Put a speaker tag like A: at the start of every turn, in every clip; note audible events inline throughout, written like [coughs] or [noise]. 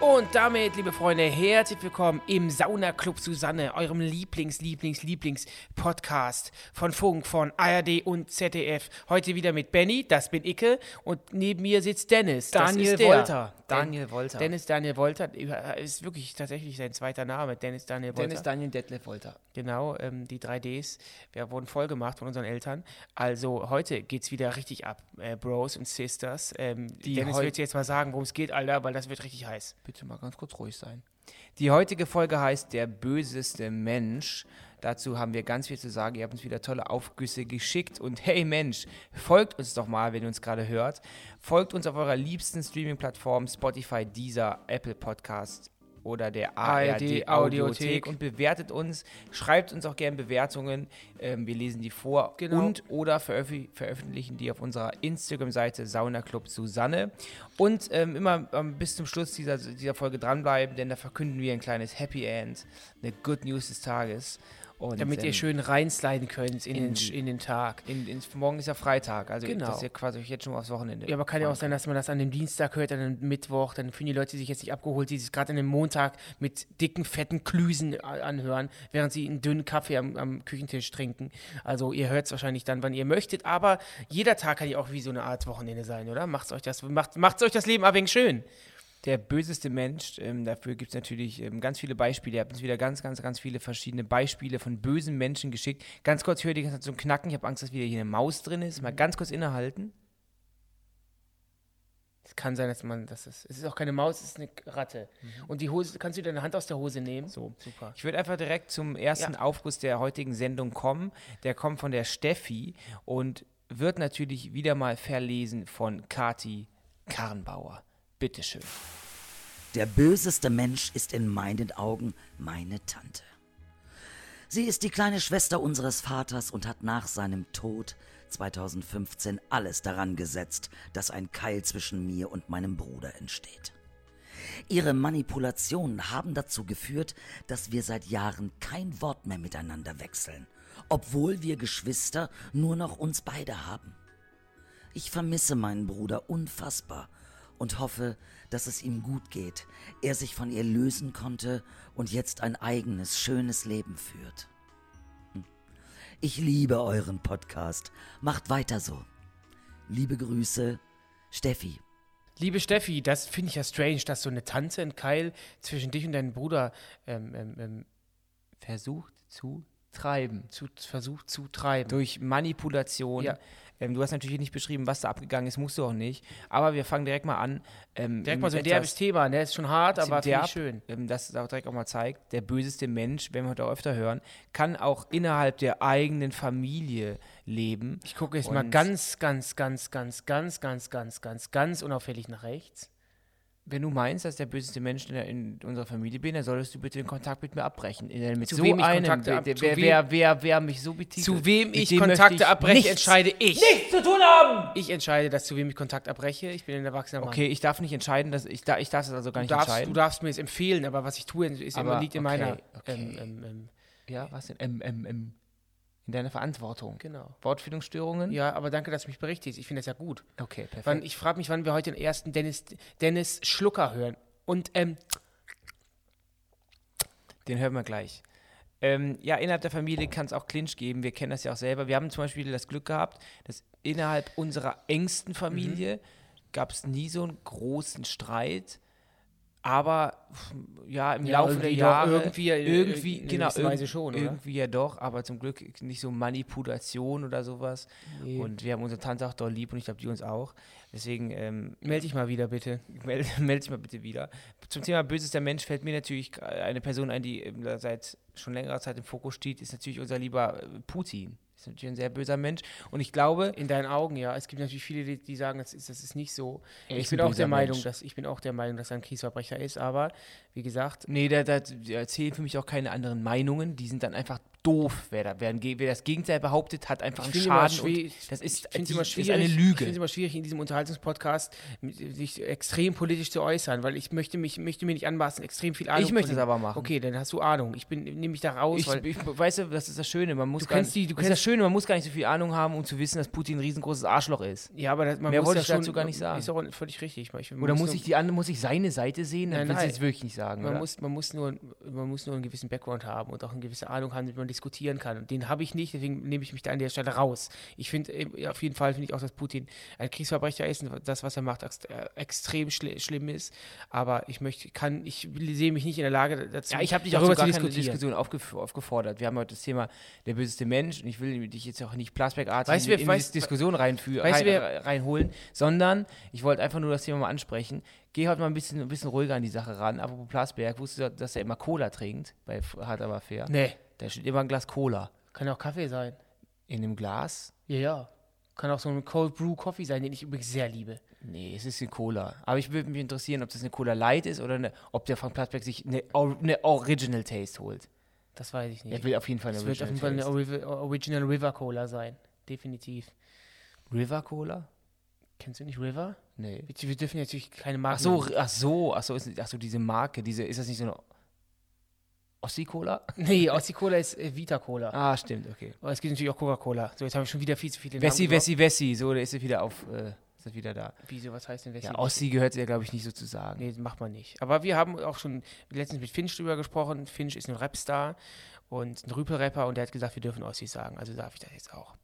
A: Und damit, liebe Freunde, herzlich willkommen im Sauna Club Susanne, eurem Lieblings, Lieblings, Lieblings Podcast von Funk, von ARD und ZDF. Heute wieder mit Benny, das bin Icke, und neben mir sitzt Dennis. das
B: Daniel
A: ist der.
B: Wolter. Daniel Wolter.
A: Dennis Daniel Wolter äh, ist wirklich tatsächlich sein zweiter Name, Dennis Daniel Wolter.
B: Dennis Daniel Detlef Wolter.
A: Genau, ähm, die 3Ds. Wir wurden voll gemacht von unseren Eltern. Also heute geht's wieder richtig ab, äh, Bros und Sisters. Ähm, Dennis
B: heu-
A: wird jetzt mal sagen, worum es geht, Alter, weil das wird richtig heiß.
B: Bitte mal ganz kurz ruhig sein. Die heutige Folge heißt Der böseste Mensch. Dazu haben wir ganz viel zu sagen. Ihr habt uns wieder tolle Aufgüsse geschickt. Und hey Mensch, folgt uns doch mal, wenn ihr uns gerade hört. Folgt uns auf eurer liebsten Streaming-Plattform Spotify, Deezer, Apple Podcast oder der ARD Audiothek und bewertet uns. Schreibt uns auch gerne Bewertungen. Ähm, wir lesen die vor
A: Genau.
B: und oder veröffü- veröffentlichen die auf unserer Instagram-Seite Saunaclub Susanne. Und ähm, immer ähm, bis zum Schluss dieser, dieser Folge dranbleiben, denn da verkünden wir ein kleines Happy End, eine Good News des Tages. Und,
A: Damit ihr
B: ähm,
A: schön reinsliden könnt in,
B: in
A: den,
B: die-
A: in den Tag.
B: In, in, morgen ist ja Freitag, also
A: Genau.
B: dass ihr quasi euch jetzt schon mal aufs Wochenende.
A: Ja, aber kann ja auch sein, dass man das an dem Dienstag hört, an dem Mittwoch. Dann fühlen die Leute sich jetzt nicht abgeholt, die sich gerade an dem Montag mit dicken, fetten Klüsen a- anhören, während sie einen dünnen Kaffee am, am Küchentisch trinken. Also ihr hört es wahrscheinlich dann, wann ihr möchtet. Aber jeder Tag kann ja auch wie so eine Art Wochenende sein, oder? Macht's euch das, macht, macht's euch das Leben ein wenig schön.
B: der böseste Mensch. Ähm, dafür gibt es natürlich ähm, ganz viele Beispiele. Ihr habt uns wieder ganz, ganz, ganz viele verschiedene Beispiele von bösen Menschen geschickt. Ganz kurz, ich höre die ganze Zeit so ein Knacken. Ich habe Angst, dass wieder hier eine Maus drin ist. Mal ganz kurz innehalten.
A: Es kann sein, dass man das ist. Es ist auch keine Maus, es ist eine Ratte.
B: Mhm.
A: Und die Hose, kannst du deine Hand aus der Hose nehmen? So, super.
B: Ich würde einfach direkt zum ersten Aufguss der heutigen Sendung kommen. Der kommt von der Steffi und wird natürlich wieder mal verlesen von Kati Karrenbauer. Bitteschön.
C: Der böseste Mensch ist in meinen Augen meine Tante. Sie ist die kleine Schwester unseres Vaters und hat nach seinem Tod 2015 alles daran gesetzt, dass ein Keil zwischen mir und meinem Bruder entsteht. Ihre Manipulationen haben dazu geführt, dass wir seit Jahren kein Wort mehr miteinander wechseln, obwohl wir Geschwister nur noch uns beide haben. Ich vermisse meinen Bruder unfassbar und hoffe, dass es ihm gut geht, er sich von ihr lösen konnte und jetzt ein eigenes, schönes Leben führt. Hm. Ich liebe euren Podcast. Macht weiter so. Liebe Grüße, Steffi.
A: Liebe Steffi, das finde ich ja strange, dass so eine Tante in Keil zwischen dich und deinen Bruder ähm, ähm, ähm,
B: Versucht zu treiben.
A: zu, versucht zu treiben.
B: Durch Manipulation.
A: Ja.
B: Ähm, du hast natürlich nicht beschrieben, was da abgegangen ist, musst du auch nicht. Aber wir fangen direkt mal an. Ähm,
A: Direkt
B: mit
A: mal so ein derbes
B: etwas-
A: Thema, ne? Ist schon hart, aber
B: derb,
A: finde ich schön.
B: Ähm, das auch direkt auch mal zeigt, der böseste Mensch, wenn wir heute auch öfter hören, kann auch innerhalb der eigenen Familie leben.
A: Ich gucke jetzt mal
B: Und-
A: ganz, ganz, ganz, ganz, ganz, ganz, ganz, ganz, ganz unauffällig nach rechts.
B: Wenn du meinst, dass der böseste Mensch in, der, in unserer Familie bin, dann solltest du bitte den Kontakt mit mir abbrechen. In der, mit
A: Zu
B: so
A: wem ich
B: einem,
A: Kontakte
B: wer,
A: ab-
B: wer,
A: zu
B: wer,
A: wem-
B: wer, wer, mich so betitelt.
A: Zu wem
B: mit
A: ich
B: dem möchte
A: Kontakte abbreche,
B: nichts-
A: entscheide ich.
B: Nichts zu tun haben!
A: Ich entscheide das, zu wem ich Kontakt abbreche. Ich bin ein erwachsener Mann.
B: Okay, ich darf nicht entscheiden, dass ich, da, ich darf das also gar
A: Du
B: nicht
A: darfst, du
B: entscheiden.
A: darfst mir es empfehlen, aber was ich tue, ist immer,
B: Aber
A: liegt in
B: okay,
A: meiner.
B: okay.
A: Ähm, ähm, ähm,
B: ja, was denn? Ähm, ähm, ähm. In deiner Verantwortung.
A: genau.
B: Wortfindungsstörungen?
A: Ja, aber danke, dass du mich berichtigst. Ich finde das ja gut.
B: Okay, perfekt.
A: Wann, ich frage mich, wann wir heute den ersten Dennis, Dennis Schlucker hören. Und ähm,
B: Den hören wir gleich. Ähm, ja, innerhalb der Familie kann es auch Clinch geben. Wir kennen das ja auch selber. Wir haben zum Beispiel das Glück gehabt, dass innerhalb unserer engsten
A: Mhm.
B: Familie gab es nie so einen großen Streit. Aber pf, ja, im
A: Ja,
B: Laufe der
A: irgendwie doch,
B: Jahre
A: irgendwie, äh,
B: irgendwie
A: in einer
B: genau,
A: gewissen
B: irgend-
A: Weise schon, oder?
B: irgendwie ja doch, aber zum Glück nicht so Manipulation oder sowas. Und wir haben unsere Tante auch doll lieb und ich glaube, die uns auch. Deswegen ähm,
A: melde dich mal wieder
B: [laughs]
A: bitte.
B: Melde, melde dich mal bitte wieder. Zum Thema bösester Mensch fällt mir natürlich gra- eine Person ein, die ähm, da seit schon längerer Zeit im Fokus steht, ist natürlich unser lieber äh, Putin. Ist natürlich ein sehr böser Mensch. Und ich glaube,
A: In deinen Augen, ja. Es gibt natürlich viele, die, die sagen, das ist, das ist nicht so.
B: Er
A: ich
B: ist
A: bin
B: ein
A: auch der
B: böser
A: Meinung,
B: Mensch.
A: dass ich bin auch der Meinung, dass er ein Kriegsverbrecher ist, aber wie gesagt,
B: nee, da, da, da zählen für mich auch keine anderen Meinungen. Die sind dann einfach doof, wer, da, wer, wer das Gegenteil behauptet, hat einfach
A: Ich
B: einen
A: finde immer
B: Schaden.
A: schwierig-
B: Und das ist,
A: Ich finde es
B: die-
A: immer
B: ist
A: schwierig.
B: eine
A: Ich finde
B: Lüge.
A: es immer schwierig, in diesem Unterhaltungspodcast mit- sich extrem politisch zu äußern, weil ich möchte mich möchte mir nicht anmaßen, extrem viel Ahnung.
B: Ich möchte
A: von
B: es
A: dem-
B: aber machen.
A: Okay, dann hast du Ahnung. Ich bin nehme mich da raus,
B: Ich,
A: weil
B: ich, weißt du, das ist das Schöne. Man muss
A: Du
B: gar
A: kennst
B: nicht,
A: die- du
B: das ist das
A: kennst-
B: Schöne, man muss gar nicht so viel Ahnung haben, um zu wissen, dass Putin ein riesengroßes Arschloch ist.
A: ja, aber das, man
B: Mehr
A: muss
B: wollte
A: ja
B: ich
A: schon,
B: dazu gar nicht sagen.
A: Ist auch völlig richtig. Ich- man
B: Oder muss
A: nur-
B: ich, die andere, muss ich seine Seite sehen? Dann
A: Nein,
B: willst du
A: nein.
B: jetzt wirklich nicht sagen.
A: Man
B: oder?
A: muss, man, muss nur, man muss nur einen gewissen Background haben und auch eine gewisse Ahnung haben, damit man diskutieren kann. Und den habe ich nicht, deswegen nehme ich mich da an der Stelle raus. Ich finde, äh, auf jeden Fall finde ich auch, dass Putin ein Kriegsverbrecher ist und das, was er macht, ex- äh, extrem schl schlimm ist. Aber ich möchte, kann, ich sehe mich nicht in der Lage dazu,
B: Ja, ich habe dich auch
A: darüber
B: zu gar
A: zu
B: keine
A: diskutieren.
B: Diskussion aufgef aufgefordert. Wir haben heute das Thema der böseste Mensch und ich will dich jetzt auch nicht plasbergartig
A: Weißt du,
B: in,
A: wer-
B: in
A: weißt-
B: die Diskussion reinführen,
A: weißt
B: rein,
A: du, wer-
B: reinholen, sondern ich wollte einfach nur das Thema mal ansprechen. Geh heute mal ein bisschen, ein bisschen ruhiger an die Sache ran. Apropos Plasberg, wusstest du, dass er immer Cola trinkt? Bei F- Hart aber fair.
A: Nee,
B: Da steht immer ein Glas Cola
A: kann ja auch Kaffee sein.
B: in dem Glas.
A: Ja, ja. Kann auch so ein Cold Brew Coffee sein, den ich übrigens sehr liebe.
B: Nee, es ist eine Cola. Aber ich würde mich interessieren, ob das eine Cola Light ist oder eine, ob der Frank Plasberg sich eine, Or- eine Original Taste holt.
A: Das weiß ich nicht.
B: Er will auf jeden Fall eine
A: das wird auf jeden Fall eine Ori- Original River Cola sein. Definitiv.
B: River Cola?
A: Kennst du nicht River?
B: Nee.
A: Wir, wir dürfen natürlich keine Marken.
B: Ach so,
A: nennen.
B: r- ach so, ach so, ist, nicht- ach so, diese Marke, diese, ist das nicht so eine Ossi-Cola?
A: Nee, Ossi Cola ist äh, Vita Cola.
B: Ah, stimmt, okay.
A: Aber es gibt natürlich auch Coca-Cola. So, jetzt habe ich schon wieder viel zu viele
B: Wessi,
A: Namen.
B: Wessi, Wessi, so, da ist er wieder auf, äh, ist er wieder da.
A: Wessi. Wieso, was heißt denn Wessi?
B: Ja, Ossi gehört ja, glaube ich, nicht so zu sagen.
A: Nee, das macht man nicht. Aber wir haben auch schon letztens mit Finch drüber gesprochen. Finch ist ein Rapstar und ein Rüpelrapper und der hat gesagt, wir dürfen Ossi sagen. Also darf ich das jetzt auch.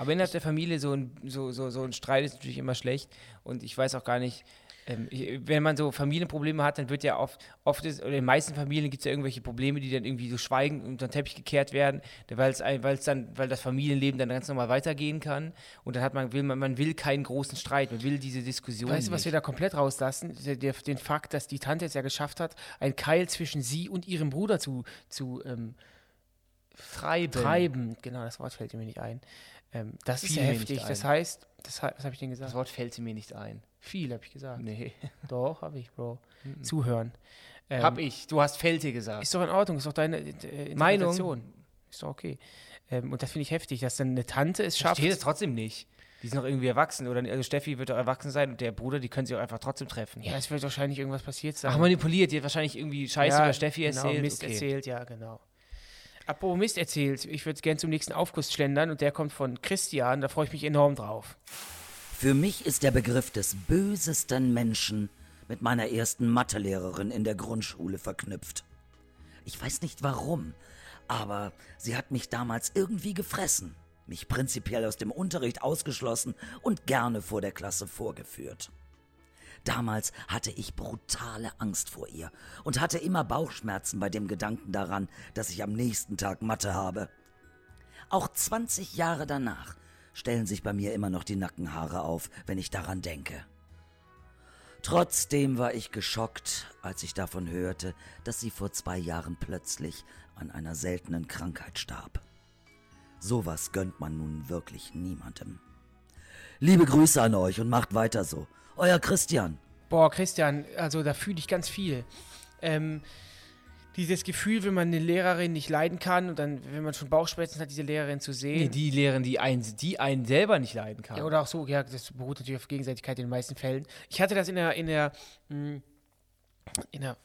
B: Aber innerhalb der Familie so ein, so, so, so ein Streit ist natürlich immer schlecht und ich weiß auch gar nicht, ähm, ich- wenn man so Familienprobleme hat, dann wird ja oft, oft ist, oder in den meisten Familien gibt es ja irgendwelche Probleme, die dann irgendwie so schweigend unter den Teppich gekehrt werden, weil es ein- weil es dann, weil das Familienleben dann ganz normal weitergehen kann und dann hat man, will man, man will keinen großen Streit, man will diese Diskussion
A: Weißt du, was
B: nicht.
A: wir da komplett rauslassen? Der, der, den Fakt, dass die Tante es ja geschafft hat, einen Keil zwischen sie und ihrem Bruder zu, zu ähm,
B: treiben.
A: treiben. Genau, das Wort fällt mir nicht ein. Ähm, das ist
B: Fiel
A: ja
B: mir nicht
A: heftig. Das heißt, das, he- was habe ich denn
B: Das
A: gesagt?
B: Wort fällt mir nicht ein.
A: Viel, habe ich gesagt.
B: Nee. [laughs]
A: Doch, habe ich, Bro. Zuhören. Ähm,
B: Hab ich. Du hast Felte gesagt.
A: Ist doch in Ordnung, ist doch deine äh,
B: Meinung.
A: Interpretation. Ist doch okay. Ähm, und das finde ich heftig, dass dann eine Tante es
B: Ich
A: schafft.
B: verstehe das trotzdem nicht. Die sind noch irgendwie erwachsen. Oder also Steffi wird doch erwachsen sein und der Bruder, die können sich auch einfach trotzdem treffen.
A: Ja, es wird wahrscheinlich irgendwas passiert sein.
B: Ach, manipuliert. Die hat wahrscheinlich irgendwie Scheiße
A: ja,
B: über Steffi erzählt.
A: Genau, Mist
B: okay.
A: erzählt, ja, genau. Apropos Mist erzählt, ich würde gern zum nächsten Aufguss schlendern und der kommt von Christian, da freue ich mich enorm drauf.
C: Für mich ist der Begriff des bösesten Menschen mit meiner ersten Mathelehrerin in der Grundschule verknüpft. Ich weiß nicht warum, aber sie hat mich damals irgendwie gefressen, mich prinzipiell aus dem Unterricht ausgeschlossen und gerne vor der Klasse vorgeführt. Damals hatte ich brutale Angst vor ihr und hatte immer Bauchschmerzen bei dem Gedanken daran, dass ich am nächsten Tag Mathe habe. Auch 20 Jahre danach stellen sich bei mir immer noch die Nackenhaare auf, wenn ich daran denke. Trotzdem war ich geschockt, als ich davon hörte, dass sie vor zwei Jahren plötzlich an einer seltenen Krankheit starb. Sowas gönnt man nun wirklich niemandem. Liebe Grüße an euch und macht weiter so. Euer Christian.
A: Boah, Christian, also da fühle ich ganz viel. Ähm, dieses Gefühl, wenn man eine Lehrerin nicht leiden kann und dann, wenn man schon Bauchschmerzen hat, diese Lehrerin zu sehen.
B: Nee, die Lehren, die einen, die einen selber nicht leiden kann.
A: Ja, oder auch so, ja, das beruht natürlich auf Gegenseitigkeit in den meisten Fällen. Ich hatte das in der, in der, mh, in der,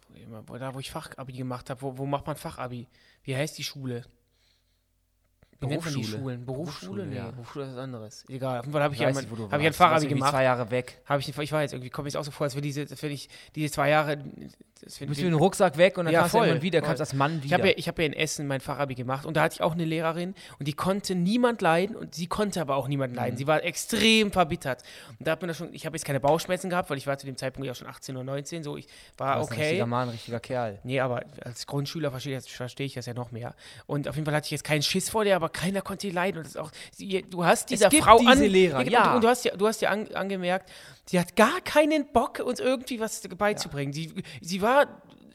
A: wo- da wo ich Fachabi gemacht habe, wo, wo macht man Fachabi? Wie heißt die Schule? Wie nennt man die
B: Berufsschule.
A: Schulen? Berufsschule?
B: Berufsschule,
A: Nee,
B: ja.
A: Berufsschule ist was anderes. Egal, auf jeden Fall habe ich,
B: Ich
A: ja
B: weiß
A: mein-
B: nicht, wo du
A: hab ich ein
B: warst. Du warst
A: Fachabi
B: irgendwie
A: gemacht.
B: zwei Jahre weg.
A: Hab ich, ich war jetzt irgendwie, komme ich auch so vor, als wir diese, als wenn ich diese zwei Jahre. als wenn
B: Du bist
A: wir-
B: mit dem Rucksack weg und dann
A: Ja,
B: kamst du
A: voll,
B: irgendwann wieder,
A: voll.
B: kamst als Mann wieder.
A: Ich habe ja, ich hab ja in Essen mein Fachabi gemacht und da hatte ich auch eine Lehrerin und die konnte niemand leiden und sie konnte aber auch niemand
B: Mhm.
A: leiden. Sie war extrem verbittert. Und da hat man das schon, ich habe jetzt keine Bauchschmerzen gehabt, weil ich war zu dem Zeitpunkt ja schon 18 oder 19, so ich war
B: Das ist ein richtiger
A: okay.
B: Mann, ein richtiger Kerl.
A: Nee, aber als Grundschüler verstehe ich, das- verstehe ich das ja noch mehr. Und auf jeden Fall hatte ich jetzt keinen Schiss vor der, aber keiner konnte ihr leiden. Und das ist auch, sie, du hast dieser
B: gibt
A: Frau
B: diese
A: an,
B: Lehrer,
A: und-
B: ja.
A: Und du hast ja, du hast ja an, angemerkt, sie hat gar keinen Bock, uns irgendwie was beizubringen. Sie, sie war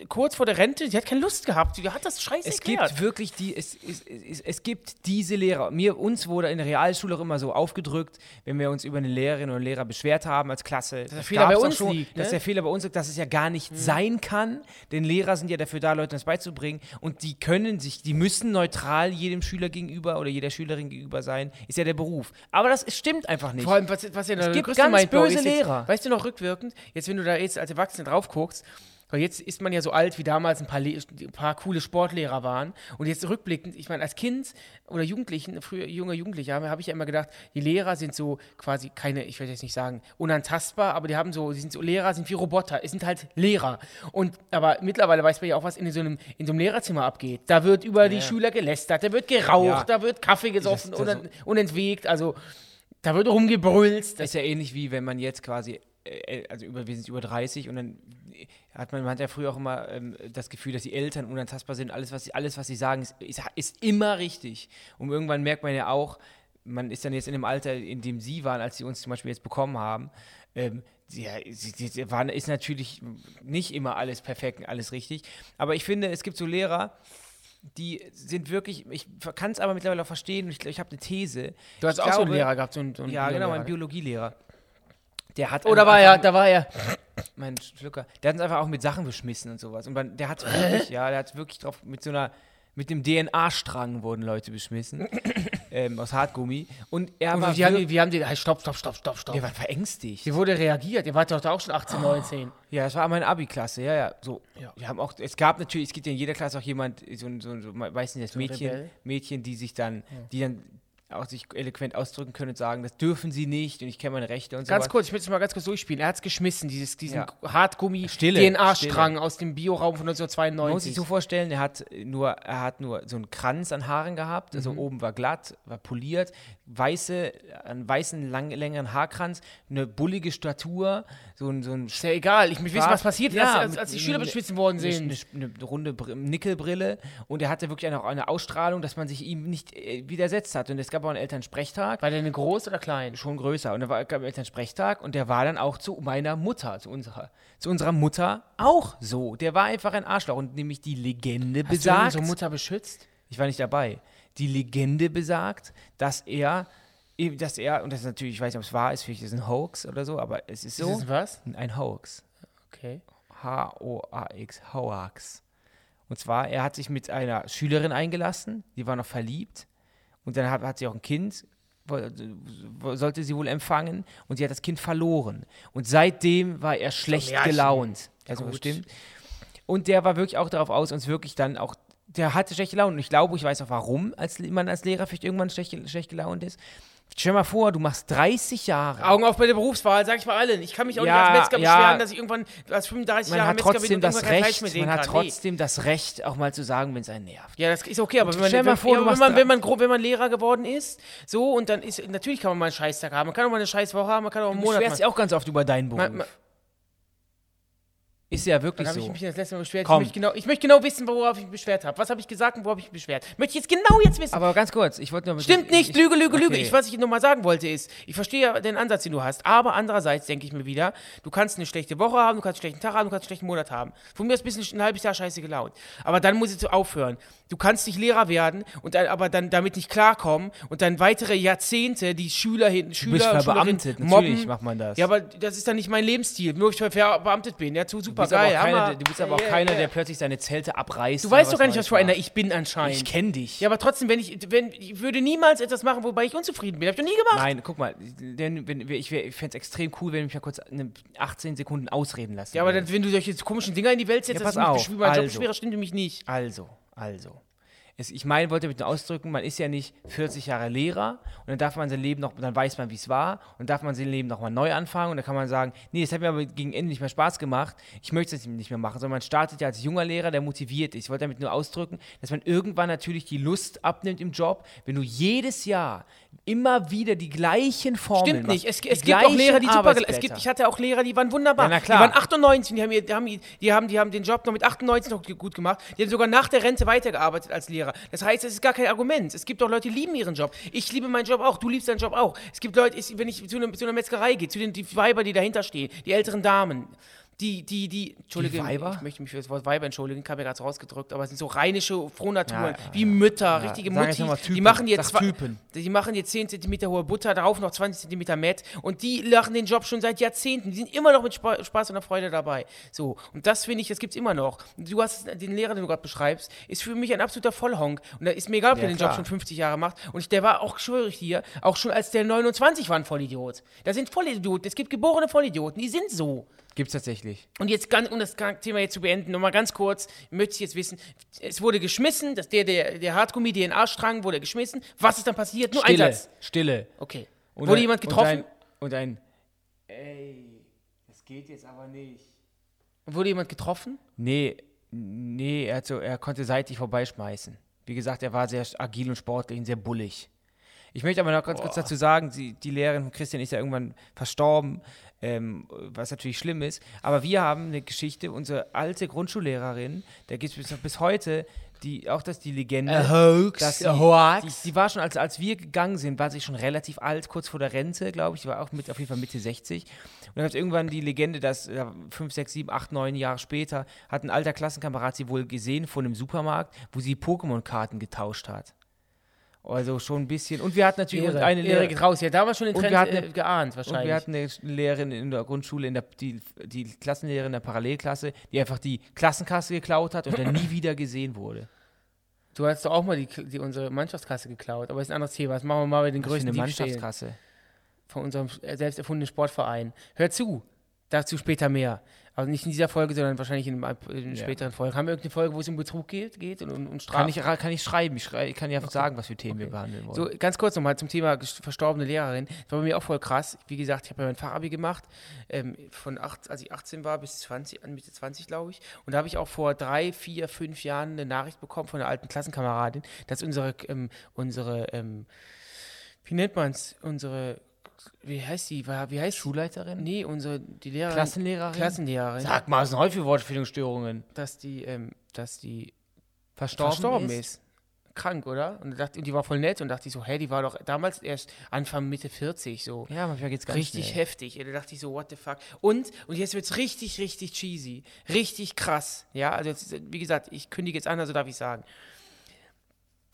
A: kurz vor der Rente, die hat keine Lust gehabt. Die hat das scheiße
B: Es
A: erklärt.
B: gibt wirklich die, es, es, es, es gibt diese Lehrer. Mir, uns wurde in der Realschule auch immer so aufgedrückt, wenn wir uns über eine Lehrerin oder einen Lehrer beschwert haben als Klasse. Dass
A: der Fehler bei uns
B: schon,
A: liegt, ne?
B: Dass
A: Hm.
B: der Fehler bei uns liegt, dass es ja gar nicht sein kann. Denn Lehrer sind ja dafür da, Leuten das beizubringen. Und die können sich, die müssen neutral jedem Schüler gegenüber oder jeder Schülerin gegenüber sein. Ist ja der Beruf. Aber das ist- stimmt einfach nicht.
A: Vor allem, was, was ja noch
B: gibt
A: größte
B: ganz
A: Mindblow
B: böse
A: ist jetzt,
B: Lehrer.
A: Weißt du noch rückwirkend, jetzt wenn du da jetzt als Erwachsener drauf guckst, weil jetzt ist man ja so alt, wie damals ein paar, Le ein paar coole Sportlehrer waren. Und jetzt rückblickend, ich meine, als Kind oder Jugendlichen, früher junger Jugendlicher, habe hab ich ja immer gedacht, die Lehrer sind so quasi keine, ich werde jetzt nicht sagen, unantastbar, aber die haben so, die sind so Lehrer, sind wie Roboter, es sind halt Lehrer. Und aber mittlerweile weiß man ja auch, was in so einem, in so einem Lehrerzimmer abgeht. Da wird über die Schüler gelästert, da wird geraucht,
B: Ja.
A: da wird Kaffee gesoffen
B: das-
A: und, ent- und entwegt. Also da wird rumgebrüllt.
B: Das ist ja ähnlich wie wenn man jetzt quasi, äh, also über, wir sind über 30 und dann äh, hat man, man hat ja früher auch immer ähm, das Gefühl, dass die Eltern unantastbar sind. Alles, was sie, alles, was sie sagen, ist, ist, ist immer richtig. Und irgendwann merkt man ja auch, man ist dann jetzt in dem Alter, in dem sie waren, als sie uns zum Beispiel jetzt bekommen haben. Ähm, sie- ja, sie, sie- sie waren, ist natürlich nicht immer alles perfekt und alles richtig. Aber ich finde, es gibt so Lehrer, die sind wirklich, ich kann es aber mittlerweile auch verstehen und ich, glaub, ich habe eine These.
A: Du hast
B: ich
A: auch so einen Lehrer gehabt. So einen, so einen
B: ja, genau,
A: Biolehrer.
B: mein Biologielehrer. Der hat
A: Oder
B: einen
A: war er,
B: einfach-
A: Oh, da war er.
B: mein Schlucker. Der hat uns einfach auch mit Sachen beschmissen und sowas. Und man, der hat wirklich, ja, der hat wirklich drauf mit so einer mit dem DNA-Strang wurden Leute beschmissen
A: [coughs]
B: ähm, aus Hartgummi. Und er
A: Und wir
B: war,
A: Also, haben,
B: wir-
A: den- wir haben den, halt, stopp, stopp, stopp, stopp, stopp.
B: der war verängstigt.
A: Hier wurde reagiert. Ihr wart doch da auch schon 18, 19.
B: Ja, das war meine Abi-Klasse. Ja, ja. So,
A: Ja.
B: wir haben auch, es gab natürlich, es gibt ja in jeder Klasse auch jemand, so, ein- so, ein- so ein- weiß nicht, das
A: ein
B: Mädchen,
A: Rebell?
B: Mädchen, die sich dann, die dann auch sich eloquent ausdrücken können und sagen, das dürfen sie nicht und ich kenne meine Rechte und so.
A: Ganz kurz, ich will es mal ganz kurz durchspielen. Er hat es geschmissen, dieses, diesen
B: Ja. Stille,
A: Hartgummi-DNA-Strang aus dem Bioraum von
B: Man muss sich
A: 1992.
B: so vorstellen, er hat nur, er hat nur so einen Kranz an Haaren gehabt, also
A: Mhm.
B: oben war glatt, war poliert, weiße, einen weißen, lang, längeren Haarkranz, eine bullige Statur, so ein, so ein
A: ist ja egal. Ich will wissen, was passiert ist, als, als die
B: mit-
A: Schüler
B: mit-
A: beschmissen worden
B: eine-
A: sind.
B: Eine, eine runde Br- Nickelbrille und er hatte wirklich eine, eine Ausstrahlung, dass man sich ihm nicht äh, widersetzt hat. Und es gab auch einen Elternsprechtag
A: War der denn groß oder klein?
B: schon größer. Und da war, gab es einen Sprechtag und der war dann auch zu meiner Mutter, zu unserer, zu unserer Mutter auch so. Der war einfach ein Arschloch und nämlich die Legende
A: Hast du denn
B: besagt.
A: unsere Mutter beschützt?
B: ich war nicht dabei. Die Legende besagt, dass er, e, dass er, und das ist natürlich, ich weiß nicht, ob es wahr ist, vielleicht ist es ein Hoax oder so, aber es ist so.
A: Ist das was?
B: ein Hoax.
A: Okay.
B: H-O-A-X, Hoax. Und zwar, er hat sich mit einer Schülerin eingelassen, die war noch verliebt. Und dann hat, hat sie auch ein Kind, wo- wo- sollte sie wohl empfangen. Und sie hat das Kind verloren. Und seitdem war er schlecht
A: Märchen.
B: gelaunt. Also
A: Gut.
B: stimmt. Und der war wirklich auch darauf aus, uns wirklich dann auch. Der hatte schlechte Laune. Und ich glaube, ich weiß auch warum, als man als Lehrer vielleicht irgendwann schlecht, schlecht gelaunt ist. Stell dir mal vor, du machst 30 Jahre.
A: Augen auf bei der Berufswahl, sag ich mal allen. Ich kann mich auch
B: Ja,
A: nicht als Metzger
B: ja.
A: beschweren, dass ich irgendwann als 35
B: man
A: Jahre
B: hat
A: Metzger bin
B: trotzdem
A: und
B: das
A: irgendwann kein Fleisch
B: Recht,
A: mehr sehen
B: man hat
A: kann.
B: trotzdem das Recht, auch mal zu sagen, wenn es einen nervt.
A: Nee. Ja, das ist okay, aber wenn man,
B: Stell mal
A: wenn,
B: vor,
A: ja,
B: du
A: wenn,
B: machst
A: man,
B: drei-
A: wenn, man, gro- wenn man Lehrer geworden ist, so und dann ist, natürlich kann man mal einen Scheißtag haben, man kann auch mal eine Scheißwoche haben, man kann auch einen
B: Du
A: Monat
B: beschwerst
A: machen.
B: dich auch ganz oft über deinen Beruf.
A: Ma- ma-
B: ist ja wirklich
A: Dann habe ich
B: so.
A: mich das letzte Mal beschwert.
B: Komm.
A: Ich, möchte genau, ich möchte genau wissen, worauf ich mich beschwert habe. Was habe ich gesagt und worauf ich mich beschwert? Möchte ich jetzt genau jetzt wissen.
B: Aber ganz kurz, ich wollte nur...
A: Stimmt nicht, Lüge, Lüge, Lüge.
B: okay.
A: Ich, was ich nochmal sagen wollte ist, ich verstehe ja den Ansatz, den du hast, aber andererseits denke ich mir wieder, du kannst eine schlechte Woche haben, du kannst einen schlechten Tag haben, du kannst einen schlechten Monat haben. Von mir aus bist du ein halbes Jahr scheiße gelaunt. Aber dann muss ich so aufhören. Du kannst nicht Lehrer werden und dann, aber dann damit nicht klarkommen und dann weitere Jahrzehnte die Schüler hinten,
B: Du
A: Schüler
B: bist
A: und Schülerinnen
B: verbeamtet, natürlich
A: mobben.
B: macht man das.
A: Ja, aber das ist dann nicht mein Lebensstil. Nur weil ich verbeamtet bin. Ja, zu
B: du
A: super
B: bist aber
A: geil.
B: auch keiner,
A: Hammer.
B: der- du bist aber auch
A: Yeah,
B: keiner,
A: yeah.
B: der plötzlich seine Zelte abreißt.
A: Du
B: oder
A: weißt doch gar nicht,
B: Neues
A: was für einer
B: macht.
A: ich bin anscheinend.
B: Ich kenne dich.
A: Ja, aber trotzdem, wenn ich, wenn, ich würde niemals etwas machen, wobei ich unzufrieden bin. Hab ich noch nie gemacht.
B: Nein, guck mal, denn, wenn, ich, wär- ich fände es extrem cool, wenn du mich mal kurz eine 18 Sekunden ausreden lassen
A: Ja, aber
B: würdest.
A: dann, wenn du solche komischen Dinger in die Welt setzt,
B: Ja,
A: das
B: pass
A: ist
B: auf.
A: nicht beschweren, mein Job
B: Also.
A: ist schwerer, stimmt nämlich nicht.
B: Also, also. Es, ich meine, wollte mit nur ausdrücken, man ist ja nicht 40 Jahre Lehrer und dann darf man sein Leben noch, dann weiß man, wie es war und darf man sein Leben nochmal neu anfangen und dann kann man sagen, nee, es hat mir aber gegen Ende nicht mehr Spaß gemacht, ich möchte es nicht mehr machen, sondern man startet ja als junger Lehrer, der motiviert ist. Ich wollte damit nur ausdrücken, dass man irgendwann natürlich die Lust abnimmt im Job, wenn du jedes Jahr immer wieder die gleichen Formeln
A: Stimmt nicht. Es,
B: machst,
A: es
B: die
A: gibt auch
B: gleichen
A: Lehrer, die super gel- es
B: Arbeitsblätter.
A: gibt, Ich hatte auch Lehrer, die waren wunderbar.
B: Ja, na klar.
A: Die waren 98, die haben, ihr- die, haben, ihr- die, haben, die haben den Job noch mit 98 noch gut gemacht. Die haben sogar nach der Rente weitergearbeitet als Lehrer. Das heißt, es ist gar kein Argument. Es gibt auch Leute, die lieben ihren Job. Ich liebe meinen Job auch. Du liebst deinen Job auch. Es gibt Leute, ich, wenn ich zu, einem- zu einer Metzgerei gehe, zu den die Weiber, die dahinter stehen, die älteren Damen. Die, die, die, Entschuldige,
B: Weiber?
A: ich möchte mich für das Wort Weiber entschuldigen, ich habe ja gerade rausgedrückt, aber es sind so rheinische Frohnaturen,
B: Ja, ja,
A: wie Mütter, richtige
B: sag jetzt
A: Mutti.
B: nochmal
A: Die
B: Typen.
A: machen jetzt
B: Sag
A: zwei-
B: Typen.
A: die machen jetzt 10 cm hohe Butter, drauf noch 20 cm Matt und die lachen den Job schon seit Jahrzehnten. Die sind immer noch mit Spa Spaß und der Freude dabei. So, und das finde ich, das gibt's immer noch. Und Du hast den Lehrer, den du gerade beschreibst, ist für mich ein absoluter Vollhonk. Und da ist mir egal, ob der den
B: klar.
A: Job schon 50 Jahre macht. Und ich, der war auch schwöre ich hier, auch schon als der 29 war ein Vollidiot. Da sind Vollidioten, es gibt geborene Vollidioten, die sind so.
B: Gibt's tatsächlich.
A: Und jetzt ganz, um das Thema jetzt zu beenden, nochmal ganz kurz, möchte ich jetzt wissen, es wurde geschmissen, dass der, der, der Hartgummi, den Arsch trank, wurde geschmissen. Was ist dann passiert? Nur ein Satz.
B: Stille.
A: Okay.
B: Und
A: wurde
B: ein-
A: jemand getroffen?
B: Und ein, und ein Ey, das geht jetzt aber nicht.
A: wurde jemand getroffen?
B: Nee, nee, er, hat so, er konnte seitlich vorbeischmeißen. Wie gesagt, er war sehr agil und sportlich und sehr bullig. Ich möchte aber noch ganz kurz dazu sagen, sie, die Lehrerin von Christian ist ja irgendwann verstorben, ähm, was natürlich schlimm ist. Aber wir haben eine Geschichte, unsere alte Grundschullehrerin, da gibt es bis, bis heute die, auch das die Legende.
A: hoax.
B: dass sie, Die, die war schon, als, als wir gegangen sind, war sie schon relativ alt, kurz vor der Rente, glaube ich. Die war auch mit, auf jeden Fall Mitte 60. Und dann hat irgendwann die Legende, dass äh, fünf, sechs, sieben, acht, neun Jahre später hat ein alter Klassenkamerad sie wohl gesehen vor einem Supermarkt, wo sie Pokémon-Karten getauscht hat. Also schon ein bisschen. Und wir hatten natürlich
A: Irre.
B: eine
A: Eine Lehre
B: Lehrerin.
A: geht raus. Ja, da war schon den
B: Und
A: Trend
B: wir hatten
A: äh,
B: eine-
A: geahnt
B: Und wir
A: wahrscheinlich.
B: hatten eine Lehrerin in der Grundschule, in der, die, die Klassenlehrerin der Parallelklasse, die einfach die Klassenkasse geklaut hat und dann nie wieder gesehen wurde.
A: du hast doch auch mal die, die, unsere Mannschaftskasse geklaut, aber ist ein anderes Thema. Das machen wir mal bei den
B: Das ist
A: größten
B: Also eine
A: Diebstählen
B: Mannschaftskasse.
A: von unserem selbst erfundenen Sportverein. Hör zu, dazu später mehr. Also nicht in dieser Folge, sondern wahrscheinlich in, einem- in einer
B: Ja.
A: späteren Folge. Haben wir irgendeine Folge, wo es um Betrug geht, geht und, und, und Strafe?
B: Kann ich, ra- kann ich schreiben, ich schrei- ich kann ja sagen, was für Themen wir behandeln wollen.
A: So, ganz kurz nochmal zum Thema ges- verstorbene Lehrerin. Das war bei mir auch voll krass. Wie gesagt, ich habe ja mein Fachabi gemacht, ähm, von acht, als ich 18 war bis 20, an Mitte 20, glaube ich. Und da habe ich auch vor drei, vier, fünf Jahren eine Nachricht bekommen von einer alten Klassenkameradin, dass unsere, ähm, unsere ähm, wie nennt man es, unsere, wie heißt sie, Wa- wie heißt sie?
B: Schulleiterin?
A: Nee, unsere, die Lehrerin.
B: Klassenlehrerin?
A: Klassenlehrerin.
B: mal, was ist denn heute für Wortfindungsstörungen?
A: Dass die, ähm, dass die
B: Verstorben,
A: verstorben
B: ist?
A: ist. Krank, oder? Und, dachte, und die war voll nett und dachte ich so, hey, die war doch damals erst Anfang Mitte 40 so.
B: Ja, manchmal geht's ganz
A: richtig
B: schnell.
A: heftig. ey. Da dachte ich so, what the fuck. Und, und jetzt wird's richtig, richtig cheesy. Richtig krass. Ja, also jetzt, wie gesagt, ich kündige jetzt an, also darf ich sagen.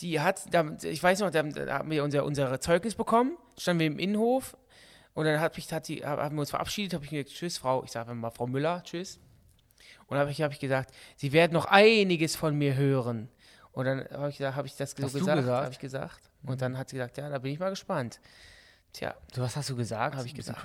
A: Die hat, da, ich weiß noch, da, da haben wir unser, unsere Zeugnis bekommen, standen wir im Innenhof und dann hat mich, hat die, hab- haben wir uns verabschiedet, habe ich mir gesagt, tschüss, Frau, ich sage mal Frau Müller, tschüss. Und habe ich, hab ich gesagt, Sie werden noch einiges von mir hören. Und dann habe ich, gesagt- hab ich das so
B: Hast du
A: gesagt,
B: gesagt?
A: habe ich gesagt. Und dann hat sie gesagt, ja, da bin ich mal gespannt. Tja,
B: Du, was hast du gesagt?
A: Hab ich
B: Ein bisschen
A: gesagt,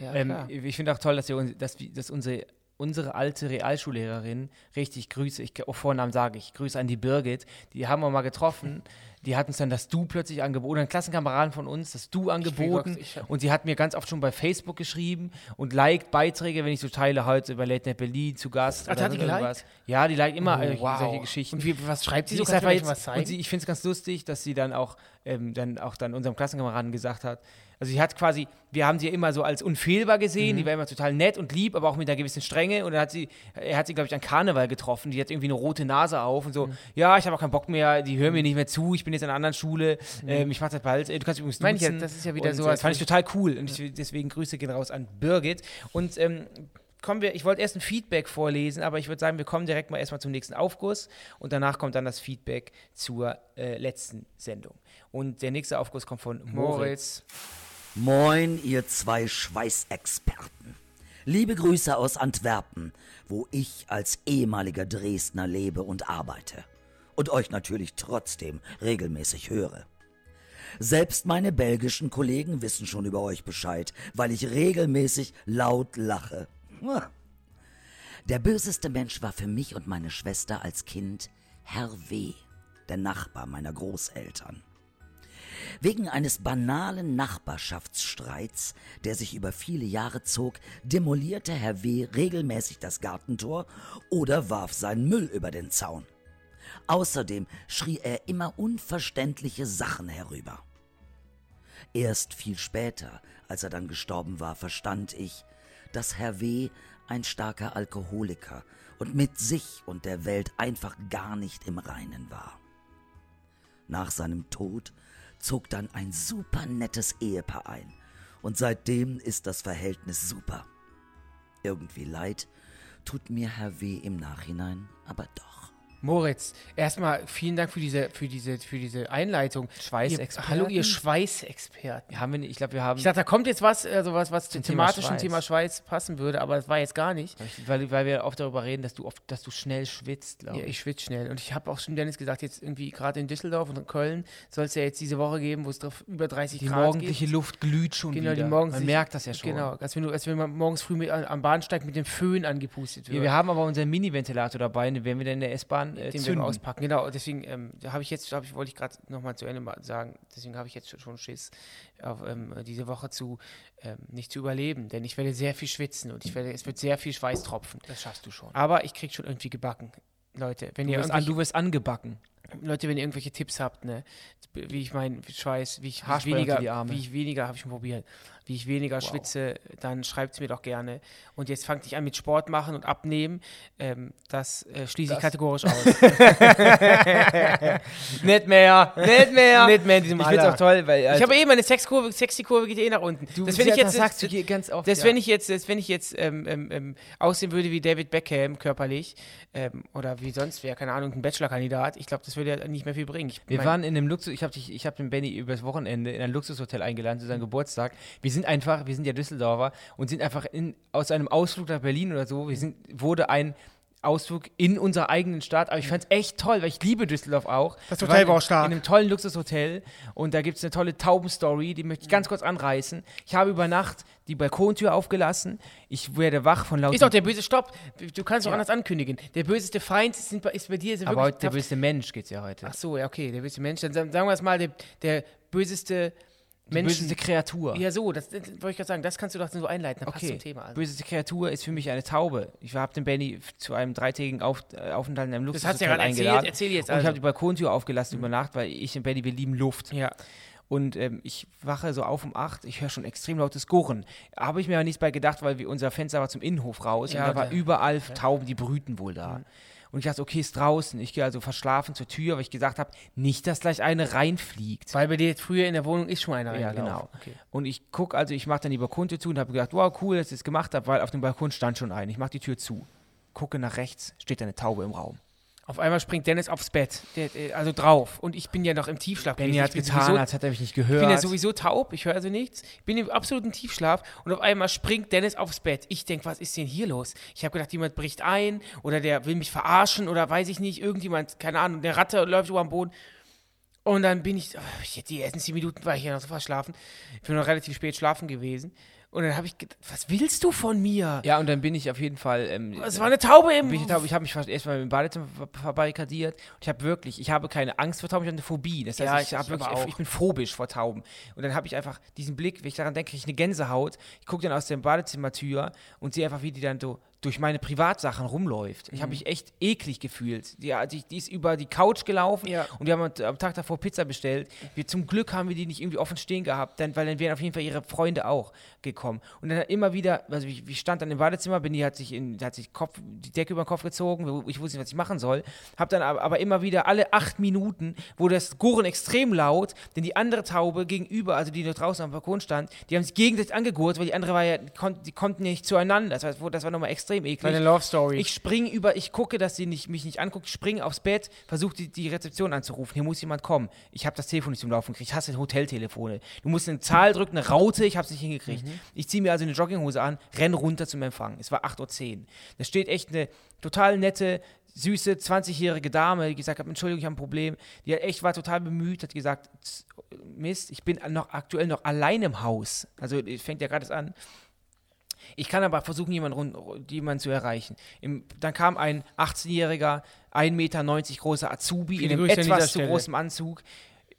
A: ja,
B: Cringe.
A: klar.
B: ähm, ich finde auch toll, dass, wir, uns- dass, wir- dass unsere, unsere alte Realschullehrerin, richtig Grüße, ich, auch Vornamen sage ich, Grüße an die Birgit, die haben wir
A: [laughs]
B: mal getroffen. Die hat uns dann das Du plötzlich angeboten, oder einen Klassenkameraden von uns, das Du angeboten.
A: ich hab-
B: und sie hat mir ganz oft schon bei Facebook geschrieben und liked Beiträge, wenn ich so teile, heute über Late Night Berlin zu Gast.
A: Ah,
B: oder
A: hat die Oh,
B: irgendwas. Ja, die liked immer äh,
A: wow.
B: solche Geschichten.
A: Und wie, was schreibt sie,
B: Sie
A: so?
B: ist
A: Kannst du
B: einfach
A: mir jetzt, was
B: jetzt,
A: zeigen?
B: und sie, ich finde es ganz lustig, dass sie dann auch, ähm, dann auch dann unserem Klassenkameraden gesagt hat, also sie hat quasi, wir haben sie immer so als unfehlbar gesehen,
A: Mhm.
B: die war immer total nett und lieb, aber auch mit einer gewissen Strenge und dann hat sie, er hat sie, glaube ich, an Karneval getroffen, die hat irgendwie eine rote Nase auf und so,
A: Mhm.
B: ja, ich habe auch keinen Bock mehr, die hören mir nicht mehr zu, ich bin jetzt an einer anderen Schule, ähm, ich mache das bald, äh, du kannst übrigens
A: Meine Mhm. ich ja,
B: duzen.
A: das ist ja wieder
B: und,
A: so,
B: äh,
A: als
B: fand ich total cool und ich, deswegen Grüße gehen raus an Birgit und ähm, kommen wir, ich wollte erst ein Feedback vorlesen, aber ich würde sagen, wir kommen direkt mal erstmal zum nächsten Aufguss und danach kommt dann das Feedback zur äh, letzten Sendung. Und der nächste Aufguss kommt von Moritz.
A: Moritz.
C: Moin, ihr zwei Schweißexperten. Liebe Grüße aus Antwerpen, wo ich als ehemaliger Dresdner lebe und arbeite. Und euch natürlich trotzdem regelmäßig höre. Selbst meine belgischen Kollegen wissen schon über euch Bescheid, weil ich regelmäßig laut lache. Hm. Der böseste Mensch war für mich und meine Schwester als Kind Herr W., der Nachbar meiner Großeltern. Wegen eines banalen Nachbarschaftsstreits, der sich über viele Jahre zog, demolierte Herr W. regelmäßig das Gartentor oder warf seinen Müll über den Zaun. Außerdem schrie er immer unverständliche Sachen herüber. Erst viel später, als er dann gestorben war, verstand ich, dass Herr W. ein starker Alkoholiker und mit sich und der Welt einfach gar nicht im Reinen war. Nach seinem Tod zog dann ein super nettes Ehepaar ein. Und seitdem ist das Verhältnis super. Irgendwie leid Tut mir Herr weh im Nachhinein, aber doch.
A: Moritz, erstmal vielen Dank für diese, für diese, für diese Einleitung.
B: Schweißexperten?
A: Ihr, hallo, ihr Schweißexperten.
B: Haben wir nicht, ich glaube, wir haben,
A: Ich dachte, da kommt jetzt was, also was, was zum
B: Thema
A: thematischen
B: Schweiß.
A: Thema Schweiß passen würde, aber das war jetzt gar nicht.
B: weil, weil wir oft darüber reden, dass du oft, dass du schnell schwitzt, glaube
A: Ja,
B: ich.
A: ich schwitze schnell. Und ich habe auch schon Dennis gesagt, jetzt irgendwie gerade in Düsseldorf und in Köln soll es ja jetzt diese Woche geben, wo es drauf- über 30
B: Die
A: Grad
B: morgendliche Luft glüht schon
A: Genau, die
B: wieder.
A: morgens-
B: Man merkt das ja
A: gibt.
B: schon.
A: Genau, als wenn, du, als wenn man morgens früh mit, am Bahnsteig mit dem Föhn angepustet
B: Wir,
A: wird.
B: wir haben aber unseren Mini-Ventilator dabei, den werden wir dann in der S-Bahn äh,
A: den wir
B: zünden.
A: auspacken. Genau, deswegen ähm, da habe ich jetzt, hab ich, wollte ich gerade nochmal zu Ende mal sagen, deswegen habe ich jetzt schon- schon Schiss, auf, ähm, diese Woche zu ähm, nicht zu überleben, denn ich werde sehr viel schwitzen und ich werde, es wird sehr viel Schweiß tropfen.
B: Das schaffst du schon.
A: Aber ich krieg schon irgendwie gebacken. Leute, wenn
B: Du
A: ihr
B: wirst, an,
A: irgendwelche,
B: du wirst angebacken.
A: Leute, wenn ihr irgendwelche Tipps habt, ne, wie ich meinen Schweiß, wie ich, wie ich
B: Haarspray unter
A: weniger,
B: die Arme.
A: wie ich weniger, habe ich schon probiert, wie ich weniger
B: Wow.
A: schwitze, dann schreibt es mir doch gerne. Und jetzt fangt nicht an mit Sport machen und abnehmen. Ähm, das äh, schließe ich
B: Das- [laughs]
A: kategorisch aus.
B: nicht mehr, nicht mehr.
A: Nicht mehr in diesem
B: ich finde es
A: Alter.
B: auch toll, weil äh,
A: ich habe eh meine Sexkurve, Sexy-Kurve geht eh nach unten.
B: Also du,
A: das, wenn ich jetzt,
B: sagst
A: das,
B: du hier ganz oft.
A: wenn ich jetzt, das, wenn ich jetzt ähm, ähm, ähm, aussehen würde wie David Beckham körperlich ähm, oder wie sonst wer, keine Ahnung, ein Bachelor-Kandidat, ich glaube, das würde ja nicht mehr viel bringen. Ich
B: Wir
A: mein,
B: waren in einem Luxus, ich habe dich, ich habe den Benny übers Wochenende in ein Luxushotel eingeladen zu
A: Mhm.
B: seinem Geburtstag. Wir sind einfach, wir sind ja Düsseldorfer und sind einfach in, aus einem Ausflug nach Berlin oder so, wir sind, wurde ein Ausflug in unserer eigenen Stadt, aber ich fand es echt toll, weil ich liebe Düsseldorf auch.
A: Das
B: Wir
A: Hotel
B: waren
A: war auch stark.
B: In einem tollen Luxushotel und da gibt es eine tolle Taubenstory, die
A: Mhm.
B: möchte ich ganz kurz anreißen. Ich habe über Nacht die Balkontür aufgelassen, ich werde wach von lauter...
A: Ist doch der böse Stopp. Du kannst doch anders ankündigen. Der böseste Feind ist, sind bei- ist bei dir ist
B: aber
A: wirklich.
B: heute, der böse Mensch geht es ja heute.
A: Ach so, ja, okay, der böse Mensch. Dann sa- sagen wir es mal, der, der böseste
B: Die
A: Mensch.
B: böseste Kreatur.
A: Ja, so, das, das wollte ich gerade sagen. Das kannst du doch so einleiten. Das passt
B: Okay,
A: zum Thema. Also.
B: böse Kreatur ist für mich eine Taube. Ich habe den Benny f- zu einem dreitägigen Auf äh, Aufenthalt in einem
A: Das hast du
B: Luxushotel
A: ja gerade erzählt.
B: eingeladen.
A: Erzähl jetzt.
B: Und ich
A: Also. Mhm.
B: habe die Balkontür aufgelassen über Nacht, weil ich und Benny, wir lieben Luft.
A: ja.
B: Und ähm, ich wache so auf um 8, ich höre schon extrem lautes Gurren. Habe ich mir aber nichts bei gedacht, weil wir, unser Fenster war zum Innenhof raus
A: Ja, Mhm.
B: und da war
A: der-
B: überall Tauben, die brüten wohl da. Und ich dachte, okay, ist draußen. Ich gehe also verschlafen zur Tür, weil ich gesagt habe, nicht, dass gleich eine reinfliegt.
A: Weil bei dir jetzt früher in der Wohnung ist schon einer
B: Ja,
A: reingelaufen.
B: genau.
A: Okay.
B: Und ich gucke, also ich mache dann die Balkontür zu und habe gedacht, wow, cool, dass ich das gemacht habe, weil auf dem Balkon stand schon ein. Ich mache die Tür zu, gucke nach rechts, steht da eine Taube im Raum.
A: Auf einmal springt Dennis aufs Bett, der, der- also drauf. Und ich bin ja noch im Tiefschlaf.
B: Benny
A: gewesen.
B: hat
A: ich bin
B: getan,
A: sowieso-
B: als hätte er mich nicht
A: Ich bin ja
B: gehört.
A: sowieso taub, ich höre also nichts. Ich bin im absoluten Tiefschlaf und auf einmal springt Dennis aufs Bett. Ich denke, was ist denn hier los? Ich habe gedacht, jemand bricht ein oder der will mich verarschen oder weiß ich nicht, irgendjemand, keine Ahnung, der Ratte läuft über am Boden. Und dann bin ich, oh, ich hätte die ersten zehn Minuten war ich ja noch so verschlafen. Ich bin noch relativ spät schlafen gewesen. Und dann habe ich gedacht, was willst du von mir? Also
B: ja, und dann bin ich auf jeden Fall. Ähm,
A: Es war eine Taube
B: bin
A: im.
B: ich, glaube, ich habe mich fast erstmal im Badezimmer ver- verbarrikadiert. Und ich habe wirklich, ich habe keine Angst vor Tauben, ich habe eine Phobie. Das heißt,
A: Ja,
B: ich, hab
A: ich aber
B: wirklich,
A: auch.
B: ich bin phobisch vor Tauben. Und dann habe ich einfach diesen Blick, wenn ich daran denke, kriege ich eine Gänsehaut. Ich gucke dann aus der Badezimmertür und sehe einfach, wie die dann so durch meine Privatsachen rumläuft.
A: Mhm.
B: Ich habe mich echt eklig gefühlt. Die, die, die ist über die Couch gelaufen
A: Ja.
B: und wir haben am- am Tag davor Pizza bestellt. Wir, zum Glück haben wir die nicht irgendwie offen stehen gehabt, denn, weil dann wären auf jeden Fall ihre Freunde auch gekommen. Und dann hat immer wieder, also ich, ich stand dann im Badezimmer, Benny hat sich, in, hat sich Kopf, die Decke über den Kopf gezogen, ich wusste nicht, was ich machen soll. Hab dann aber, aber immer wieder alle acht Minuten wurde das Gurren extrem laut, denn die andere Taube gegenüber, also die noch draußen am Balkon stand, die haben sich gegenseitig angegurrt, weil die andere war ja, die kon die konnten ja nicht zueinander. Das war, das war nochmal extrem eklig.
A: Deine Love Story.
B: Ich springe über, ich gucke, dass sie nicht, mich nicht anguckt, springe aufs Bett, versuche die, die Rezeption anzurufen. Hier muss jemand kommen. Ich habe das Telefon nicht zum Laufen gekriegt. Ich hasse Hoteltelefone. Du musst eine Zahl drücken, eine Raute, ich habe es nicht hingekriegt. Ich ziehe mir also eine Jogginghose an, renn runter zum Empfang. Es war 8.10 Uhr. Da steht echt eine total nette, süße 20-jährige Dame, die gesagt hat, Entschuldigung, ich habe ein Problem. Die hat echt war total bemüht, hat gesagt, "Z- Mist, ich bin noch aktuell noch allein im Haus. Also fängt ja gerade erst an. Ich kann aber versuchen, jemanden, rund, jemanden zu erreichen. Im, dann kam ein 18-jähriger, 1,90 Meter großer Azubi
A: Viele
B: in einem
A: Grüße an dieser
B: etwas zu
A: Stelle.
B: großem Anzug,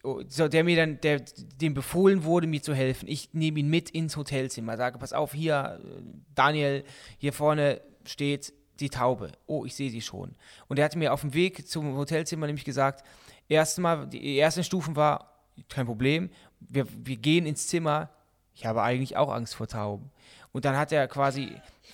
B: oh, so, der mir dann, der, dem befohlen wurde, mir zu helfen. Ich nehme ihn mit ins Hotelzimmer, sage, pass auf, hier, äh, Daniel, hier vorne steht die Taube. Oh, ich sehe sie schon. Und er hatte mir auf dem Weg zum Hotelzimmer nämlich gesagt, erstmal, die ersten Stufen war, kein Problem, wir, wir gehen ins Zimmer, ich habe eigentlich auch Angst vor Tauben. Und dann hat er quasi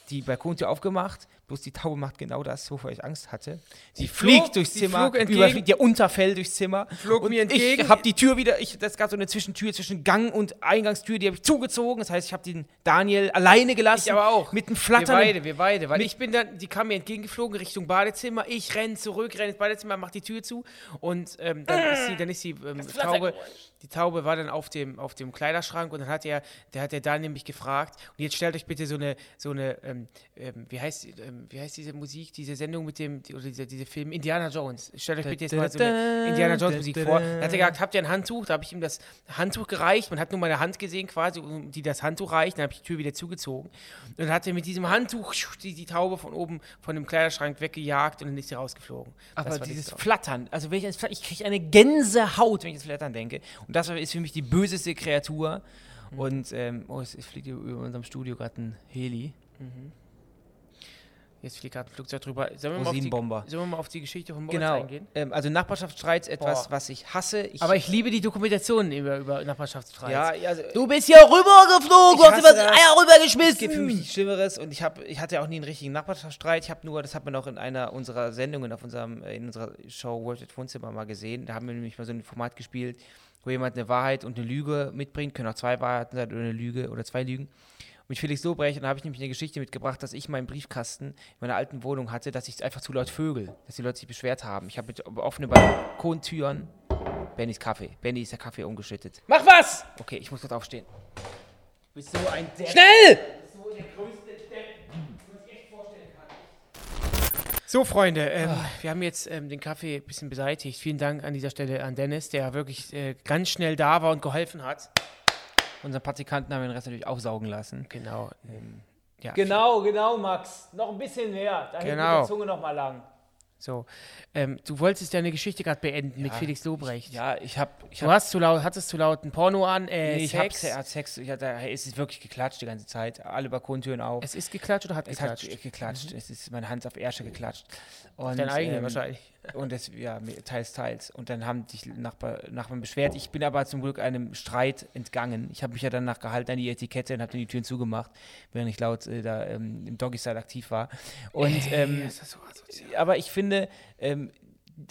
B: die Balkontür aufgemacht, Bloß die Taube macht genau das, wovor ich Angst hatte. Sie
A: flog-
B: fliegt durchs
A: sie
B: Zimmer,
A: flog entgegen.
B: überfliegt ihr Unterfell durchs Zimmer.
A: Flog
B: und
A: mir entgegen.
B: Ich habe die Tür wieder, ich, das gab so eine Zwischentür zwischen Gang und Eingangstür, die habe ich zugezogen. Das heißt, ich habe den Daniel alleine gelassen.
A: Ich aber auch.
B: Mit einem
A: Wir
B: flatternden
A: beide, wir beide, weil
B: Mit-
A: ich bin dann, die kam mir entgegengeflogen Richtung Badezimmer, ich renn zurück, renn ins Badezimmer, mach die Tür zu und ähm, dann ist sie, dann ist sie, ähm, Taube, die Taube war dann auf dem, auf dem Kleiderschrank und dann hat er, der hat der Daniel mich gefragt und jetzt stellt euch bitte so eine, so eine, ähm, ähm, wie heißt, ähm, wie heißt diese Musik, diese Sendung mit dem, die- oder dieser diese Film, Indiana Jones, stellt euch bitte jetzt mal so eine Indiana Jones Musik vor, da hat er gesagt, habt ihr ein Handtuch, da habe ich ihm das Handtuch gereicht, man hat nur meine Hand gesehen quasi, um die das Handtuch reicht, dann habe ich die Tür wieder zugezogen und dann hat er mit diesem Handtuch die, die Taube von oben von dem Kleiderschrank weggejagt und dann ist sie rausgeflogen. Das war
B: Aber
A: die
B: dieses
A: Story.
B: Flattern, also wenn ich, ans Flattern, ich kriege eine Gänsehaut, wenn ich ans Flattern denke. Und das ist für mich die böseste Kreatur.
A: Mhm.
B: Und ähm, oh, es, es fliegt hier über unserem Studio gerade ein Heli.
A: Jetzt fliegt gerade ein Flugzeug drüber. Sollen wir, mal auf die,
B: Rosinenbomber.
A: sollen wir mal auf die Geschichte von Moritz
B: Genau.
A: eingehen?
B: Ähm, also Nachbarschaftsstreit ist etwas,
A: Boah.
B: was ich hasse. Ich,
A: Aber ich liebe die Dokumentation über, über Nachbarschaftsstreit.
B: ja, also,
C: Du bist hier rübergeflogen,
B: du hast über die Eier es gibt für mich
C: rübergeschmissen.
B: nichts Schlimmeres und ich habe, ich hatte auch nie einen richtigen Nachbarschaftsstreit. Ich habe nur, das hat man auch in einer unserer Sendungen auf unserem, äh, in unserer Show World at Wohnzimmer mal gesehen. Da haben wir nämlich mal so ein Format gespielt, wo jemand eine Wahrheit und eine Lüge mitbringt, können auch zwei Wahrheiten sein oder eine Lüge oder zwei Lügen. Und mit Felix Lobrecht, und da habe ich nämlich eine Geschichte mitgebracht, dass ich meinen Briefkasten in meiner alten Wohnung hatte, dass ich einfach zu laut vögel, dass die Leute sich beschwert haben. Ich habe mit offenen Balkontüren Bennys Kaffee. Benny ist der Kaffee umgeschüttet.
A: Mach was!
B: Okay, ich muss kurz aufstehen.
A: Schnell! So, Freunde, ähm, wir haben jetzt ähm, den Kaffee ein bisschen beseitigt. Vielen Dank an dieser Stelle an Dennis, der wirklich äh, ganz schnell da war und geholfen hat.
B: Unsere Praktikanten haben den Rest natürlich auch saugen lassen.
A: Genau. Ähm, ja.
B: Genau, genau, Max. Noch ein bisschen mehr. Da
A: hinten Genau. die
B: Zunge noch mal lang.
A: So. Ähm, du wolltest deine Geschichte gerade beenden mit Felix Lobrecht.
B: Ja, ich hab, ich
A: Du
B: hab,
A: hast zu laut, hattest zu laut ein Porno an, äh,
B: nee, ich hab
A: Sex.
B: Se- hat Sex. Ich hatte, es ist wirklich geklatscht die ganze Zeit. Alle Balkontüren auf.
A: es ist geklatscht oder hat
B: Es
A: geklatscht? Mhm.
B: hat geklatscht. Es ist meine Hand auf Ärsche geklatscht. Und,
A: Dein eigener
B: ähm,
A: wahrscheinlich. [laughs]
B: Und das, ja, mir- teils, teils. Und dann haben sich Nachbar, Nachbarn beschwert. Ich bin aber zum Glück einem Streit entgangen. Ich habe mich ja danach gehalten an die Etikette und habe dann die Türen zugemacht, während ich laut äh, da ähm, im Doggy-Style aktiv war.
A: [laughs]
B: Und ähm, aber ich finde, ähm,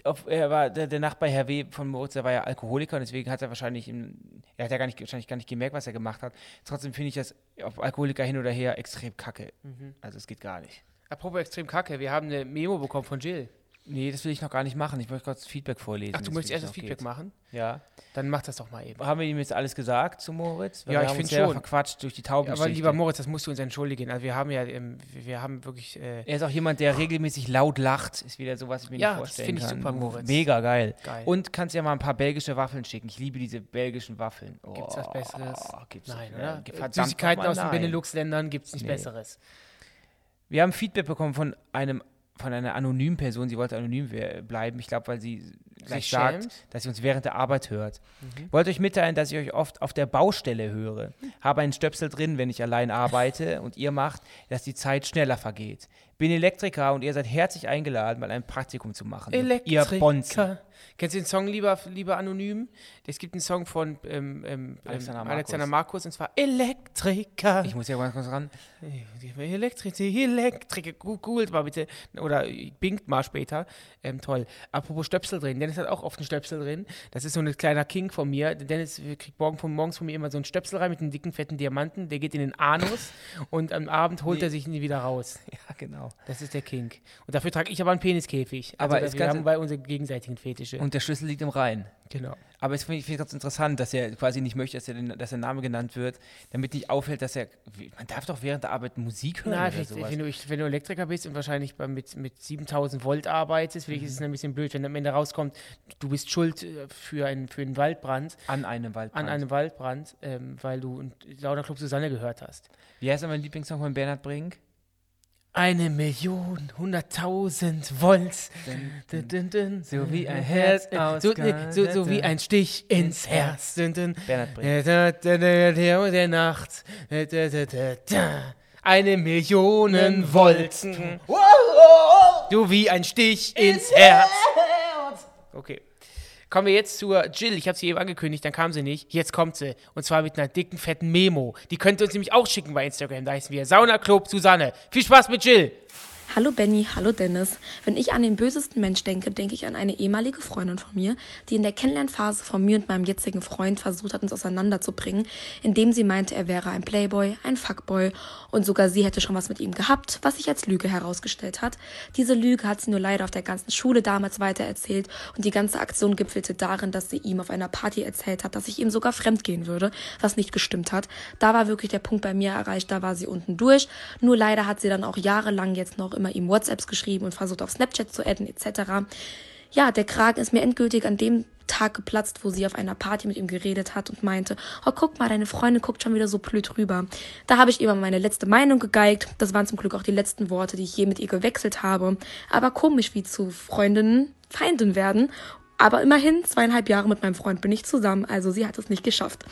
B: auf, er war, der, der Nachbar Herr W. von Moritz, der war ja Alkoholiker und deswegen hat er wahrscheinlich, im, er hat ja gar nicht, wahrscheinlich gar nicht gemerkt, was er gemacht hat. Trotzdem finde ich das auf Alkoholiker hin oder her extrem kacke.
A: Mhm.
B: Also es geht gar nicht.
A: Apropos extrem kacke, wir haben eine Memo bekommen von Jill.
B: Nee, das will ich noch gar nicht machen. Ich möchte kurz Feedback vorlesen.
A: Ach, du
B: das
A: möchtest erst
B: wirklich
A: das
B: noch
A: Feedback
B: geht.
A: machen?
B: Ja.
A: Dann mach das doch mal eben.
B: Haben wir ihm jetzt alles gesagt zu Moritz? Weil
A: Ja,
B: wir
A: ich
B: haben uns
A: find
B: selber
A: schon.
B: verquatscht durch die Tauben.
A: Aber lieber Moritz, das musst du uns entschuldigen. Also wir haben ja, ähm, wir wir haben wirklich, äh,
B: Er ist auch jemand, der regelmäßig laut lacht. Ist wieder so, was ich mir
A: Ja,
B: nicht
A: das
B: vorstellen
A: finde ich
B: kann.
A: super, Moritz.
B: Mega geil.
A: Geil.
B: Und kannst ja mal ein paar belgische Waffeln schicken. Ich liebe diese belgischen Waffeln. Oh,
A: gibt's was Besseres?
B: Gibt's
A: nein,
B: nicht mehr.
A: oder? Äh,
B: Ge- äh, verdammt
A: Süßigkeiten
B: nochmal,
A: aus den
B: nein.
A: Benelux-Ländern gibt es nicht
B: Nee.
A: Besseres.
B: Wir haben Feedback bekommen von einem von einer anonymen Person. Sie wollte anonym we- bleiben. Ich glaube, weil sie gleich sagt,
A: schämt? Mhm.
B: dass sie uns während der Arbeit hört. Wollte euch mitteilen, dass ich euch oft auf der Baustelle höre. Habe einen Stöpsel drin, wenn ich
A: [laughs]
B: allein arbeite und ihr macht, dass die Zeit schneller vergeht. Bin Elektriker und ihr seid herzlich eingeladen, mal ein Praktikum zu machen. Ihr Bonzen.
A: Elektriker. Kennst du den Song lieber, lieber anonym? Es gibt einen Song von ähm, ähm,
B: Alexander
A: ähm,
B: Markus.
A: Alexander Markus und zwar Elektriker.
B: Ich muss ja mal
A: [laughs]
B: kurz ran.
A: Elektrik, Elektrik, gu- googelt mal bitte oder bingt mal später. Ähm, toll. Apropos Stöpsel drin, Dennis hat auch oft einen Stöpsel drin. Das ist so ein kleiner King von mir. Der Dennis kriegt morgen von morgens von mir immer so einen Stöpsel rein mit einem dicken, fetten Diamanten. Der geht in den Anus und am Abend holt er sich ihn wieder raus.
B: Ja, genau.
A: Das ist der King. Und dafür trage ich aber einen Peniskäfig.
B: Aber
A: also,
B: es
A: das- wir
B: kann-
A: haben bei unseren gegenseitigen Fetische.
B: Und der Schlüssel liegt im Rhein.
A: genau.
B: Aber es finde ich, find ich ganz interessant, dass er quasi nicht möchte, dass, er den, dass der Name genannt wird, damit nicht auffällt, dass er. wie- Man darf doch während der Arbeit Musik hören
A: Na,
B: oder
A: vielleicht,
B: sowas.
A: wenn, du, wenn du Elektriker bist und wahrscheinlich bei, mit, mit 7000 Volt arbeitest,
B: Mhm.
A: vielleicht ist es ein bisschen blöd, wenn am Ende rauskommt, du bist schuld äh, für einen, für einen Waldbrand,
B: An einem Waldbrand.
A: an einem Waldbrand, ähm, weil du einen Launer Club Susanne gehört hast.
B: Wie heißt denn mein Lieblingssong von Bernhard Brink?
A: Eine Million, hunderttausend Volt. Dun, dun, dun. äh,
B: So wie ein Herz aus
A: So, nee, so, so wie
B: Granada.
A: ein Stich ins Herz. Dun, dun.
B: Bernhard Brink.
A: Da, da, da, da, da, Der Nacht. Da, da, da, da, da. Eine Million Volt. Du wie ein Stich ins Herz. Okay. Kommen wir jetzt zur Jill. Ich habe sie eben angekündigt, dann kam sie nicht. Jetzt kommt sie. Und zwar mit einer dicken, fetten Memo. Die könnt ihr uns nämlich auch schicken bei Instagram. Da heißen wir Sauna Club Susanne. Viel Spaß mit Jill.
D: Hallo Benny, hallo Dennis. Wenn ich an den bösesten Mensch denke, denke ich an eine ehemalige Freundin von mir, die in der Kennenlernphase von mir und meinem jetzigen Freund versucht hat, uns auseinanderzubringen, indem sie meinte, er wäre ein Playboy, ein Fuckboy und sogar sie hätte schon was mit ihm gehabt, was sich als Lüge herausgestellt hat. Diese Lüge hat sie nur leider auf der ganzen Schule damals weitererzählt und die ganze Aktion gipfelte darin, dass sie ihm auf einer Party erzählt hat, dass ich ihm sogar fremd gehen würde, was nicht gestimmt hat. Da war wirklich der Punkt bei mir erreicht, da war sie unten durch. Nur leider hat sie dann auch jahrelang jetzt noch immer ihm WhatsApps geschrieben und versucht auf Snapchat zu adden etc. Ja, der Kragen ist mir endgültig an dem Tag geplatzt, wo sie auf einer Party mit ihm geredet hat und meinte, oh guck mal, deine Freundin guckt schon wieder so blöd rüber. Da habe ich ihr mal meine letzte Meinung gegeigt. Das waren zum Glück auch die letzten Worte, die ich je mit ihr gewechselt habe. Aber komisch, wie zu Freundinnen Feinden werden. Aber immerhin, zweieinhalb Jahre mit meinem Freund bin ich zusammen, also sie hat es nicht geschafft.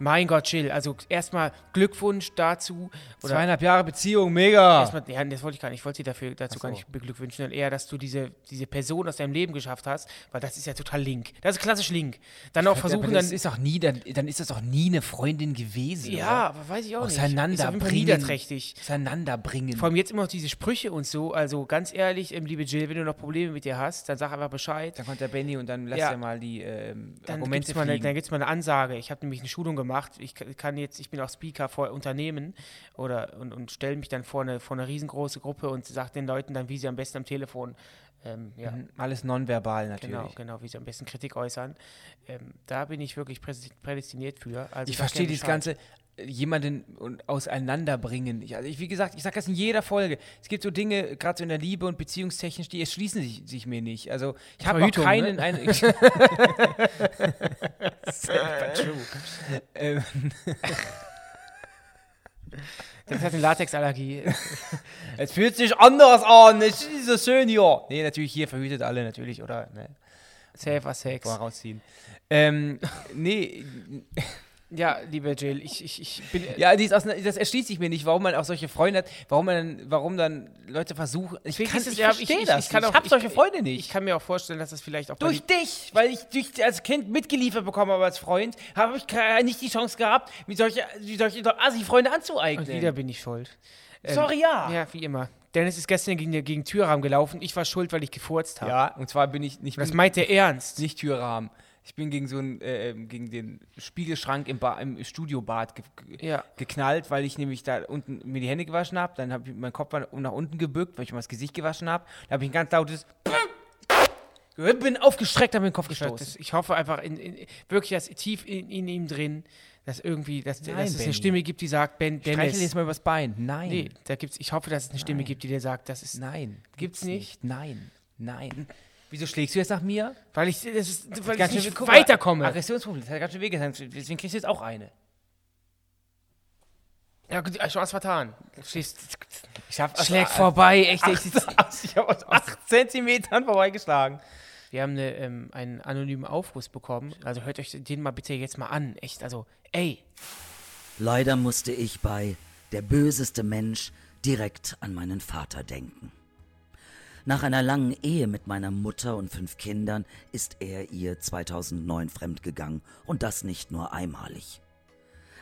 A: Mein Gott, chill. Also erstmal Glückwunsch dazu. Oder
B: Zweieinhalb Jahre Beziehung, mega.
A: Erstmal, ja, das wollte ich gar nicht. Ich wollte sie dafür, dazu gar
B: so.
A: nicht beglückwünschen, sondern eher, dass du diese, diese Person aus deinem Leben geschafft hast, weil das ist ja total Link. Das ist klassisch Link. Dann auch versuchen,
B: dann
A: dann.
B: ist auch nie, dann, dann ist das auch nie eine Freundin gewesen.
A: ja,
B: oder?
A: aber weiß ich auch nicht. Ist auf jeden Fall
B: auseinanderbringen.
A: niederträchtig.
B: Auseinanderbringen.
A: Vor allem jetzt immer noch diese Sprüche und so. Also ganz ehrlich, ähm, liebe Jill, wenn du noch Probleme mit dir hast, dann sag einfach Bescheid.
B: Dann kommt der Benny und dann lässt
A: Ja.
B: er mal die ähm,
A: Dann
B: Argumente
A: gibt's mal eine,
B: fliegen.
A: dann gibt's mal eine Ansage. Ich habe nämlich eine Schulung gemacht. Ich ka- kann jetzt, ich bin auch Speaker vor Unternehmen oder und, und stelle mich dann vor eine, vor eine riesengroße Gruppe und sage den Leuten dann, wie sie am besten am Telefon ähm, ja,
B: Mhm. Alles nonverbal natürlich.
A: Genau, genau, wie sie am besten Kritik äußern. Ähm, da bin ich wirklich präs- prädestiniert für. Also
B: Ich
A: sag
B: verstehe
A: gerne
B: dieses
A: Bescheid.
B: ganze äh, jemanden und auseinanderbringen. Ich, also ich, wie gesagt, ich sage das in jeder Folge. Es gibt so Dinge, gerade so in der Liebe und beziehungstechnisch, die erschließen sich, sich mir nicht. Also ich habe auch
A: Verhütung,
B: keinen...
A: ne?
B: Ein, ähm,
A: Das hat eine Latexallergie.
B: [laughs]
A: äh,
B: es fühlt sich anders an, es ist so schön hier. Nee, natürlich hier verhütet alle natürlich, oder? Ne?
A: Safer Sex.
B: Vorausziehen. Ähm, nee,
A: Ja, liebe Jill, ich, ich, ich bin.
B: Ja, die ist aus, das erschließt sich mir nicht, warum man auch solche Freunde hat, warum man, warum dann Leute versuchen. Ich,
A: Deswegen
B: kann,
A: ist es
B: ich
A: ja-
B: verstehe
A: ich- ich-
B: das.
A: ich kann
B: nicht.
A: auch-
B: hab
A: ich-
B: solche Freunde
A: Ich
B: nicht.
A: kann mir auch vorstellen, dass das vielleicht auch bei
B: durch dich, weil ich durch, als Kind mitgeliefert bekommen habe als Freund, habe ich ke- äh, nicht die Chance gehabt, mir solche, mir solche Asi-Freunde
A: Und
B: anzueignen.
A: wieder bin ich schuld. Ähm,
B: Sorry, ja.
A: Ja, wie immer. Dennis ist gestern gegen, gegen den Türrahmen gelaufen. Ich war schuld, weil ich gefurzt habe.
B: Ja, und zwar bin ich nicht,
A: Das
B: bin
A: meint er ernst.
B: nicht Türrahmen. Ich bin gegen so einen, äh, ähm, gegen den Spiegelschrank im, ba im Studiobad ge ge
A: Ja.
B: geknallt, weil ich nämlich da unten mir die Hände gewaschen habe. Dann habe ich meinen Kopf war nach unten gebückt, weil ich mal das Gesicht gewaschen habe. Da habe ich ein ganz lautes gehört, bin aufgestreckt, habe den Kopf
A: Ich,
B: gestoßen.
A: das, ich hoffe einfach in, in, wirklich, dass tief in, in ihm drin, dass irgendwie, dass,
B: Nein,
A: dass es eine
B: Benny.
A: Stimme gibt, die sagt, Ben,
B: Streichel
A: Dennis.
B: jetzt mal übers Bein. Nein.
A: Nee, da gibt's, ich hoffe, dass es eine Stimme gibt, die dir sagt, das ist.
B: Nein.
A: Gibt's nicht?
B: Nein. Nein. Wieso schlägst du jetzt nach mir?
A: Weil ich, das ist, weil ich
B: schön-
A: nicht
B: guck mal,
A: weiterkomme.
B: Aggressionsproblem. Das hat ganz schön wehgetan. Deswegen kriegst du jetzt auch eine.
A: ja, gut, ich hab's vertan. Schlägst,
B: Ich hab
A: schlägt vorbei, echt. echt.
B: ich habe [laughs] aus 8 Zentimetern vorbeigeschlagen.
A: Wir haben eine, ähm, einen anonymen Aufruf bekommen. Also hört euch den mal bitte jetzt mal an. Echt, also, ey.
C: Leider musste ich bei Der böseste Mensch direkt an meinen Vater denken. Nach einer langen Ehe mit meiner Mutter und fünf Kindern ist er ihr 2009 fremdgegangen und das nicht nur einmalig.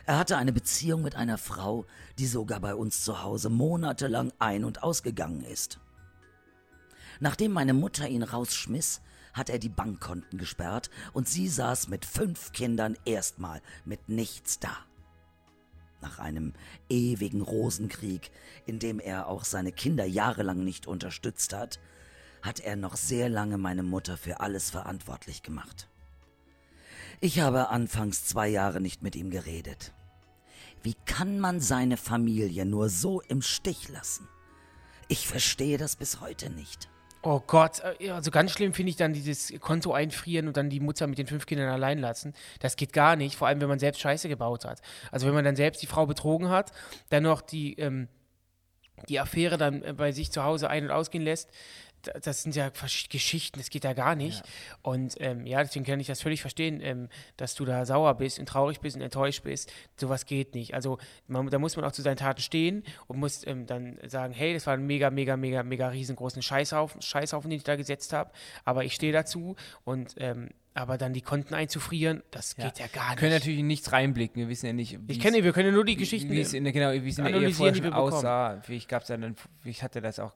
C: Er hatte eine Beziehung mit einer Frau, die sogar bei uns zu Hause monatelang ein- und ausgegangen ist. Nachdem meine Mutter ihn rausschmiss, hat er die Bankkonten gesperrt und sie saß mit fünf Kindern erstmal mit nichts da nach einem ewigen Rosenkrieg, in dem er auch seine Kinder jahrelang nicht unterstützt hat, hat er noch sehr lange meine Mutter für alles verantwortlich gemacht. Ich habe anfangs zwei Jahre nicht mit ihm geredet. Wie kann man seine Familie nur so im Stich lassen? Ich verstehe das bis heute nicht.
A: Oh Gott, äh, ja, also ganz schlimm finde ich dann dieses Konto einfrieren und dann die Mutter mit den fünf Kindern allein lassen. Das geht gar nicht, vor allem wenn man selbst Scheiße gebaut hat. Also wenn man dann selbst die Frau betrogen hat, dann noch die, ähm, die Affäre dann äh, bei sich zu Hause ein- und ausgehen lässt. da- Das sind ja Versch- Geschichten, das geht ja gar nicht. Und ähm, ja, deswegen kann ich das völlig verstehen, ähm, dass du da sauer bist und traurig bist und enttäuscht bist. Sowas geht nicht. Also man, da muss man auch zu seinen Taten stehen und muss ähm, dann sagen, hey, das war ein mega, mega, mega, mega riesengroßen Scheißhaufen, Scheißhaufen den ich da gesetzt habe. Aber ich stehe dazu und ähm, aber dann die Konten einzufrieren, das geht ja gar
B: Wir können
A: nicht.
B: natürlich in nichts reinblicken. Wir wissen ja nicht, wie
A: Ich
B: es-
A: kenne, wir können nur die
B: wie-
A: Geschichten
B: wie es in der, genau, wie es in der Ehe
A: analysieren,
B: vorher
A: die
B: schon
A: wir bekommen.
B: aussah. Vielleicht gab es dann, vielleicht hatte das auch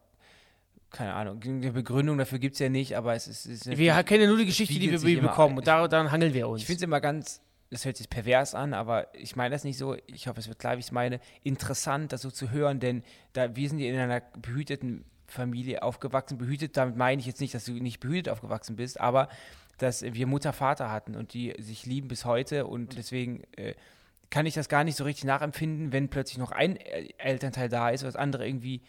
B: keine Ahnung, eine Begründung dafür gibt es ja nicht, aber es ist. Es ist
A: Wir kennen nur die Geschichte, die
B: spiegelt
A: wir
B: sich immer
A: bekommen
B: ab.
A: und da- daran hangeln wir uns.
B: Ich finde es immer ganz, das hört sich pervers an, aber ich meine das nicht so, ich hoffe, es wird klar, wie ich es meine, interessant, das so zu hören, denn da, wir sind ja in einer behüteten Familie aufgewachsen. Behütet, damit meine ich jetzt nicht, dass du nicht behütet aufgewachsen bist, aber dass wir Mutter, Vater hatten und die sich lieben bis heute und deswegen äh, kann ich das gar nicht so richtig nachempfinden, wenn plötzlich noch ein äh, Elternteil da ist, was andere irgendwie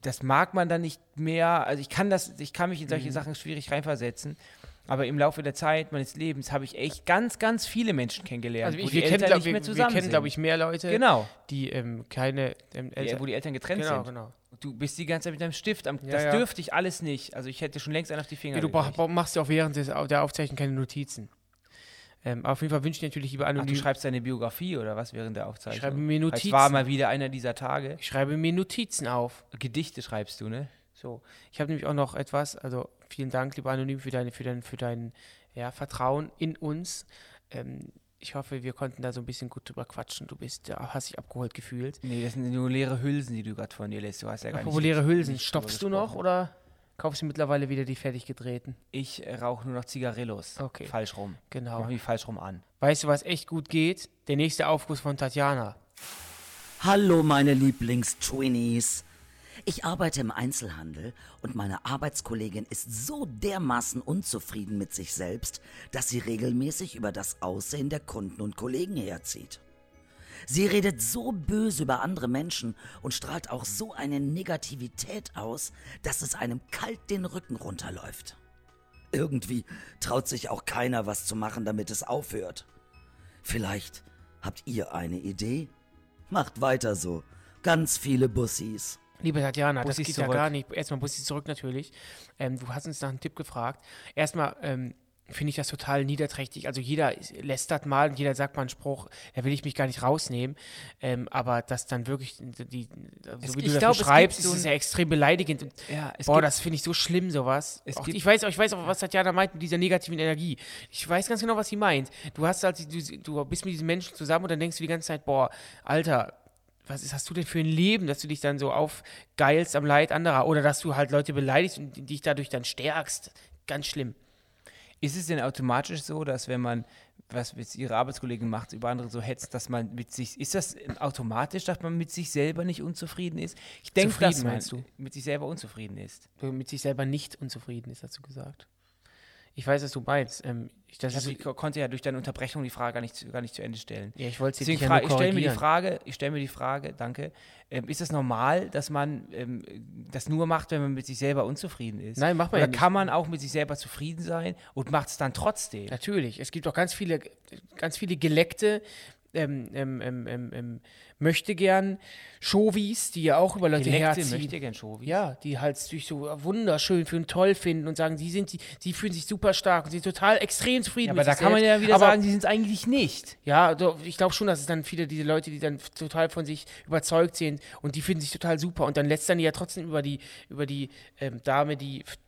B: das mag man dann nicht mehr. Also ich kann das, ich kann mich in
A: Mhm.
B: solche Sachen schwierig reinversetzen. Aber im Laufe der Zeit meines Lebens habe ich echt ganz, ganz viele Menschen kennengelernt,
A: also
B: wo
A: ich,
B: die
A: wir kennen,
B: Eltern
A: glaube
B: nicht mehr
A: ich, wir
B: zusammen
A: kennen,
B: sind.
A: glaube ich, mehr Leute,
B: genau,
A: die ähm, keine ähm,
B: die,
A: Eltern-
B: wo die Eltern getrennt
A: genau,
B: sind.
A: genau.
B: Du bist die ganze Zeit mit deinem Stift am.
A: Ja,
B: das
A: ja.
B: dürfte ich alles nicht. Also ich hätte schon längst einen auf die Finger.
A: Ja, du
B: gekriegt.
A: brauch, brauch- machst ja auch während des, der Aufzeichnung keine Notizen. Ähm, auf jeden Fall wünsche ich dir natürlich lieber
B: Ach,
A: anonym.
B: du schreibst deine Biografie oder was während der
A: ich
B: Aufzeichnung?
A: schreibe mir
B: Es
A: Notizen.
B: war mal wieder einer dieser Tage.
A: ich schreibe mir Notizen auf.
B: Gedichte schreibst du, ne?
A: So, ich habe nämlich auch noch etwas, also vielen Dank, lieber Anonym, für dein, für dein, für dein ja, Vertrauen in uns. Ähm, ich hoffe, wir konnten da so ein bisschen gut drüber quatschen. Du bist, ja, hast dich abgeholt gefühlt.
B: Nee, das sind nur leere Hülsen, die du gerade von dir lässt. Du hast ja gar nicht
A: Populäre Hülsen,
B: nicht drüber
A: stopfst du noch
B: gesprochen.
A: oder kaufst du mittlerweile wieder die fertig gedrehten?
B: Ich äh, rauche nur noch Zigarillos.
A: Okay.
B: Falsch rum.
A: Genau.
B: Mach mich falsch rum an.
A: Weißt du, was echt gut geht? Der nächste Aufguss von Tatjana.
C: Hallo meine Lieblings-Twinnies. Ich arbeite im Einzelhandel und meine Arbeitskollegin ist so dermaßen unzufrieden mit sich selbst, dass sie regelmäßig über das Aussehen der Kunden und Kollegen herzieht. Sie redet so böse über andere Menschen und strahlt auch so eine Negativität aus, dass es einem kalt den Rücken runterläuft. Irgendwie traut sich auch keiner was zu machen, damit es aufhört. Vielleicht habt ihr eine Idee? Macht weiter so. Ganz viele Bussis.
A: Liebe Tatjana, das
B: Bussis
A: geht ja
B: zurück.
A: gar nicht. Erstmal Bussi zurück natürlich. Ähm, du hast uns nach einem Tipp gefragt. Erstmal ähm, finde ich das total niederträchtig. Also jeder ist- lästert mal und jeder sagt mal einen Spruch, da will ich mich gar nicht rausnehmen. Ähm, aber das dann wirklich, die,
B: Es-
A: so wie
B: ich
A: du das
B: glaub, es
A: beschreibst,
B: gibt so
A: ist es
B: ein-
A: ja extrem beleidigend. Und,
B: Ja, es
A: boah,
B: gibt-
A: das finde ich so schlimm, sowas.
B: Es
A: Auch,
B: gibt-
A: ich, weiß, auch- ich weiß auch, was Tatjana meint mit dieser negativen Energie. Ich weiß ganz genau, was sie meint. Du, hast halt, die- du, du bist mit diesen Menschen zusammen und dann denkst du die ganze Zeit, boah, Alter, was ist, hast du denn für ein Leben, dass du dich dann so aufgeilst am Leid anderer oder dass du halt Leute beleidigst und dich dadurch dann stärkst? Ganz schlimm.
B: Ist es denn automatisch so, dass wenn man, was jetzt ihre Arbeitskollegen macht, über andere so hetzt, dass man mit sich, ist das automatisch, dass man mit sich selber nicht unzufrieden ist? Ich denke,
A: Zufrieden,
B: dass man
A: meinst du?
B: mit sich selber unzufrieden ist.
A: Mit sich selber nicht unzufrieden ist, hast du gesagt. Ich weiß, was du meinst. Ähm, ich, das
B: Ich, hab,
A: ist,
B: ich ko- konnte ja durch deine Unterbrechung die Frage gar nicht, zu- gar nicht zu Ende stellen.
A: ja, ich wollte es
B: Deswegen
A: jetzt
B: fra-
A: nicht
B: ich stelle mir die Frage, ich stelle mir die Frage, danke, ähm, ist das normal, dass man ähm, das nur macht, wenn man mit sich selber unzufrieden ist?
A: Nein, macht man
B: Oder
A: ja nicht.
B: kann man auch mit sich selber zufrieden sein und macht es dann trotzdem?
A: Natürlich. Es gibt auch ganz viele, ganz viele geleckte ähm, ähm, ähm, ähm, ähm, möchte gern Showies, die ja auch über Leute
B: Geleckte
A: herziehen.
B: möchte gern Show.
A: Ja, die halt sich so wunderschön für und toll finden und sagen, sie sind die, sie fühlen sich super stark und sie sind total extrem zufrieden
B: Ja,
A: mit
B: aber da
A: sich
B: kann man
A: selbst.
B: ja wieder
A: aber,
B: sagen, die sind es eigentlich nicht.
A: Ja, doch, ich glaube schon, dass es dann viele diese Leute, die dann f- total von sich überzeugt sind und die finden sich total super und dann lässt dann die ja trotzdem über die über die ähm, Dame, die f-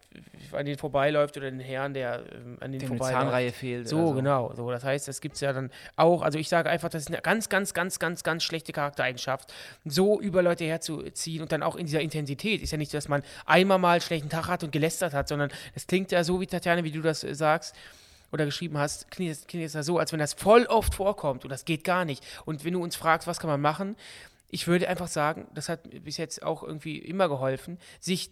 A: f- an den vorbeiläuft oder den Herrn, der ähm, an den
B: Dem eine
A: vorbeiläuft.
B: Zahnreihe fehlt.
A: So,
B: oder
A: genau. So, das heißt, das gibt es ja dann auch. Also ich sage einfach, das ist eine ganz, ganz, ganz, ganz, ganz schlechte Charaktereigenschaft, so über Leute herzuziehen und dann auch in dieser Intensität. Ist ja nicht, so, dass man einmal mal einen schlechten Tag hat und gelästert hat, sondern es klingt ja so, wie Tatjana, wie du das äh, sagst oder geschrieben hast, klingt es- klingt es ja so, als wenn das voll oft vorkommt und das geht gar nicht. Und wenn du uns fragst, was kann man machen, ich würde einfach sagen, das hat bis jetzt auch irgendwie immer geholfen, sich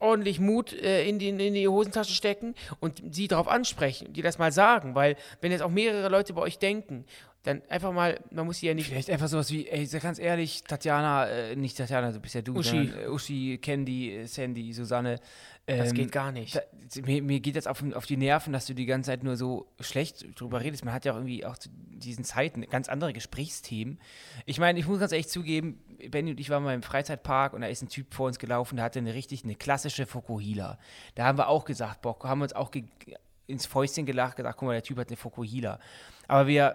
A: ordentlich Mut äh, in, die, in die Hosentasche stecken und sie darauf ansprechen, die das mal sagen, weil wenn jetzt auch mehrere Leute bei euch denken, dann einfach mal, man muss sie ja nicht.
B: Vielleicht einfach sowas wie, ey, sag ganz ehrlich, Tatjana, äh, nicht Tatjana, du bist ja du,
A: Uschi.
B: sondern, äh, Uschi, Candy, äh, Sandy, Susanne.
A: Das
B: ähm,
A: geht gar nicht.
B: da, mir, mir geht das auf, auf die Nerven, dass du die ganze Zeit nur so schlecht drüber redest. Man hat ja auch irgendwie auch zu diesen Zeiten ganz andere Gesprächsthemen. Ich meine, ich muss ganz ehrlich zugeben, Benny und ich waren mal im Freizeitpark und da ist ein Typ vor uns gelaufen, der hatte eine richtig, eine klassische Fokuhila. Da haben wir auch gesagt, Bock, haben uns auch ge ins Fäustchen gelacht, gesagt, guck mal, der Typ hat eine Fokuhila. Aber wir,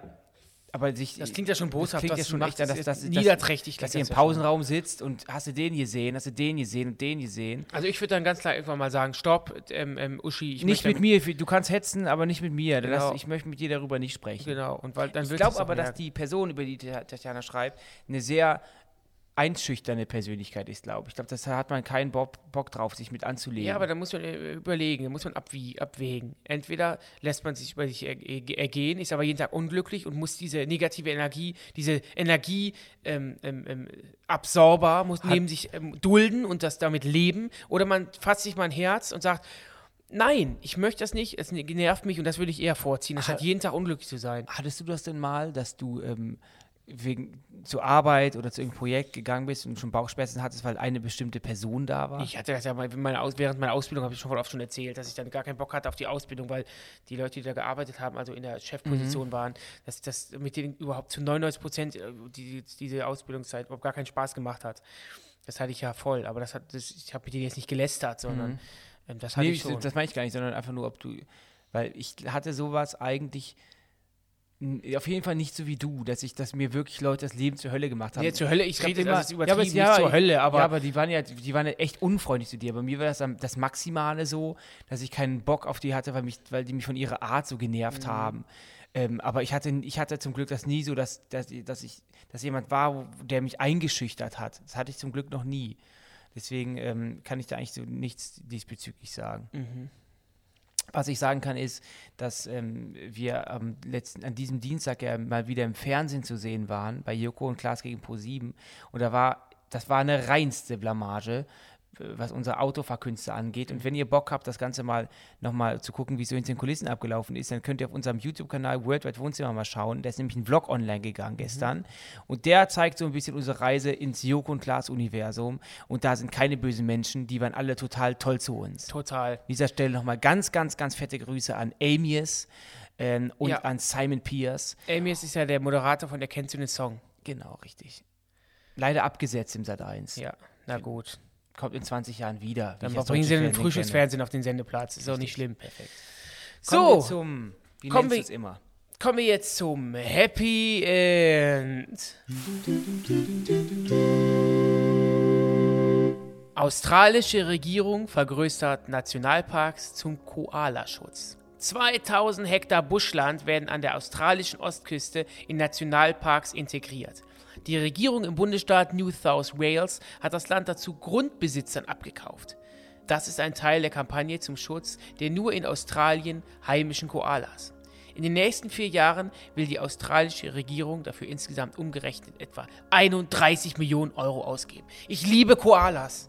B: aber sich...
A: Das klingt ja schon boshaft,
B: klingt
A: was
B: ja
A: du
B: schon
A: machst.
B: echt an,
A: Das
B: dass,
A: ist
B: dass, dass,
A: niederträchtig,
B: dass
A: klingt das
B: ihr im
A: ja schon.
B: Pausenraum sitzt und hast du den gesehen, hast du den gesehen und den gesehen.
A: Also ich würde dann ganz klar irgendwann mal sagen, stopp, ähm, ähm, Uschi, ich
B: nicht
A: möchte
B: mit mir, du kannst hetzen, aber nicht mit mir. Dann
A: Genau.
B: Lass, ich möchte mit dir darüber nicht sprechen.
A: Genau, und weil dann
B: Ich glaube aber, dass die Person, über die Ta- Tatjana schreibt, eine sehr einschüchternde Persönlichkeit ist, glaube ich. Ich glaube, das hat man keinen Bock, Bock drauf, sich mit anzulegen.
A: Ja, aber da muss man äh, überlegen, da muss man abwie abwägen. Entweder lässt man sich über sich er er- ergehen, ist aber jeden Tag unglücklich und muss diese negative Energie, diese Energie ähm, ähm, ähm, Absorber muss neben sich ähm, dulden und das damit leben. Oder man fasst sich mal ein Herz und sagt, nein, ich möchte das nicht, es ne-, nervt mich und das würde ich eher vorziehen, anstatt jeden Tag unglücklich zu sein.
B: Hattest du das denn mal, dass du ähm, wegen zur Arbeit oder zu irgendeinem Projekt gegangen bist und schon Bauchschmerzen hattest, weil eine bestimmte Person da war?
A: Ich hatte das ja mal, meine Aus während meiner Ausbildung, habe ich schon voll oft schon erzählt, dass ich dann gar keinen Bock hatte auf die Ausbildung, weil die Leute, die da gearbeitet haben, also in der Chefposition waren, dass das mit denen überhaupt zu 99 Prozent äh, die, diese Ausbildungszeit überhaupt gar keinen Spaß gemacht hat. Das hatte ich ja voll, aber das hat, das, ich habe mit denen jetzt nicht gelästert, sondern ähm, das hatte
B: nee,
A: ich
B: ich,
A: schon.
B: das meine ich gar nicht, sondern einfach nur, ob du, weil ich hatte sowas eigentlich n- auf jeden Fall nicht so wie du, dass ich, dass mir wirklich Leute das Leben zur Hölle gemacht haben.
A: nee, zur Hölle, ich rede
B: immer-
A: immer, also es ist
B: Ja, aber
A: übertrieben,
B: es- ja,
A: nicht zur Hölle, aber,
B: ja, aber die waren ja, die waren ja echt unfreundlich zu dir. Bei mir war das am- das Maximale so, dass ich keinen Bock auf die hatte, weil, mich, weil die mich von ihrer Art so genervt
A: Mhm.
B: haben. Ähm, aber ich hatte, ich hatte zum Glück das nie so, dass, dass, dass, ich, dass jemand war, wo- der mich eingeschüchtert hat. Das hatte ich zum Glück noch nie. Deswegen ähm, kann ich da eigentlich so nichts diesbezüglich sagen. Was ich sagen kann, ist, dass ähm, wir am letzten, an diesem Dienstag ja mal wieder im Fernsehen zu sehen waren, bei Joko und Klaas gegen Pro7. Und da war, das war eine reinste Blamage, äh, was unsere Autoverkünste angeht. Und wenn ihr Bock habt, das Ganze mal nochmal zu gucken, wie es so hinter den Kulissen abgelaufen ist, dann könnt ihr auf unserem YouTube-Kanal Worldwide Wohnzimmer mal schauen. Da ist nämlich ein Vlog online gegangen gestern. Und der zeigt so ein bisschen unsere Reise ins Joko und Klaas-Universum. Und da sind keine bösen Menschen, die waren alle total toll zu uns.
A: total.
B: An dieser Stelle nochmal ganz, ganz, ganz fette Grüße an Amius ähm, und
A: Ja.
B: an Simon Pierce.
A: Amius ist ja der Moderator von der Kennst du den Song?
B: Genau, richtig. Leider abgesetzt im Sat 1.
A: Ja, na gut.
B: Kommt in 20 Jahren wieder. wie
A: Dann
B: ich als
A: bringen
B: deutsche
A: sie den
B: Fernsehen
A: Frühstücksfernsehen auf den Sendeplatz, ist auch nicht schlimm.
B: Perfekt.
A: So,
B: kenne. Kommen wir zum, wie
A: Kommen
B: nennst du es
A: wir-
B: immer?
A: kommen wir jetzt zum Happy End. Australische Regierung vergrößert Nationalparks zum Koalaschutz. 2000 Hektar Buschland werden an der australischen Ostküste in Nationalparks integriert. Die Regierung im Bundesstaat New South Wales hat das Land dazu Grundbesitzern abgekauft. Das ist ein Teil der Kampagne zum Schutz der nur in Australien heimischen Koalas. In den nächsten vier Jahren will die australische Regierung dafür insgesamt umgerechnet etwa 31 Millionen Euro ausgeben. Ich liebe Koalas.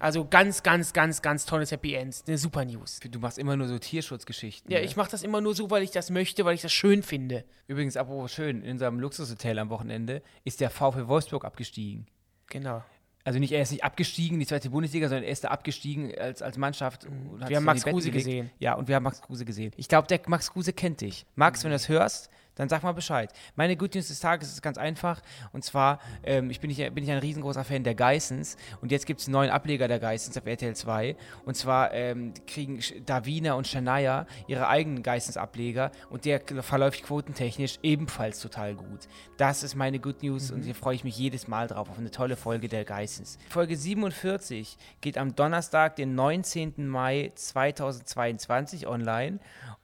A: Also ganz, ganz, ganz, ganz tolles Happy Ends. Eine super News.
B: Du machst immer nur so Tierschutzgeschichten.
A: Ja,
B: ne?
A: ich mache das immer nur so, weil ich das möchte, weil ich das schön finde.
B: Übrigens, apropos schön, in unserem Luxushotel am Wochenende ist der VfL Wolfsburg abgestiegen.
A: Genau.
B: Also nicht, er ist nicht abgestiegen in die zweite Bundesliga, sondern er ist da abgestiegen als, als Mannschaft. und hat
A: Wir
B: sich
A: haben
B: in die
A: Max
B: Betten
A: Kruse
B: gelegt.
A: gesehen.
B: Ja, und wir haben Max Kruse gesehen. Ich glaube, der Max Kruse kennt dich. Max, wenn du das hörst, dann sag mal Bescheid. Meine Good News des Tages ist ganz einfach. Und zwar, ähm, ich bin, nicht, bin ich ein riesengroßer Fan der Geissens. Und jetzt gibt es einen neuen Ableger der Geissens auf RTL 2. Und zwar ähm, kriegen Sch- Davina und Shania ihre eigenen Geissens-Ableger. Und der k- verläuft quotentechnisch ebenfalls total gut. Das ist meine Good News.
A: Mhm.
B: Und hier freue ich mich jedes Mal drauf auf eine tolle Folge der Geissens. Folge 47 geht am Donnerstag, den 19. Mai 2022 online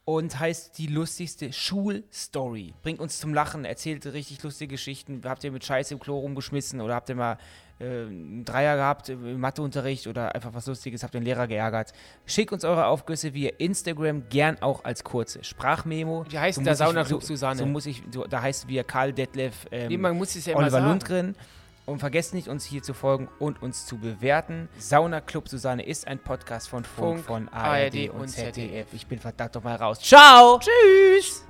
B: und heißt die lustigste Schulstory. Bringt uns zum Lachen, erzählt richtig lustige Geschichten. Habt ihr mit Scheiße im Klo rumgeschmissen oder habt ihr mal äh, einen Dreier gehabt im Matheunterricht oder einfach was Lustiges, habt den Lehrer geärgert? Schickt uns eure Aufgüsse via Instagram, gern auch als kurze Sprachmemo.
A: Wie heißt
B: So
A: der
B: muss ich-
A: Saunaclub,
B: so-
A: Susanne?
B: So muss ich, so, da heißt wir Karl Detlef. Ähm,
A: Nee, man muss es ja immer
B: Oliver
A: sagen.
B: Lundgren. Und vergesst nicht, uns hier zu folgen und uns zu bewerten. Sauna Club Susanne ist ein Podcast von Funk,
A: Funk,
B: von ARD,
A: ARD
B: und
A: und
B: ZDF.
A: ZDF.
B: Ich bin verdammt doch mal raus. Ciao! Tschüss!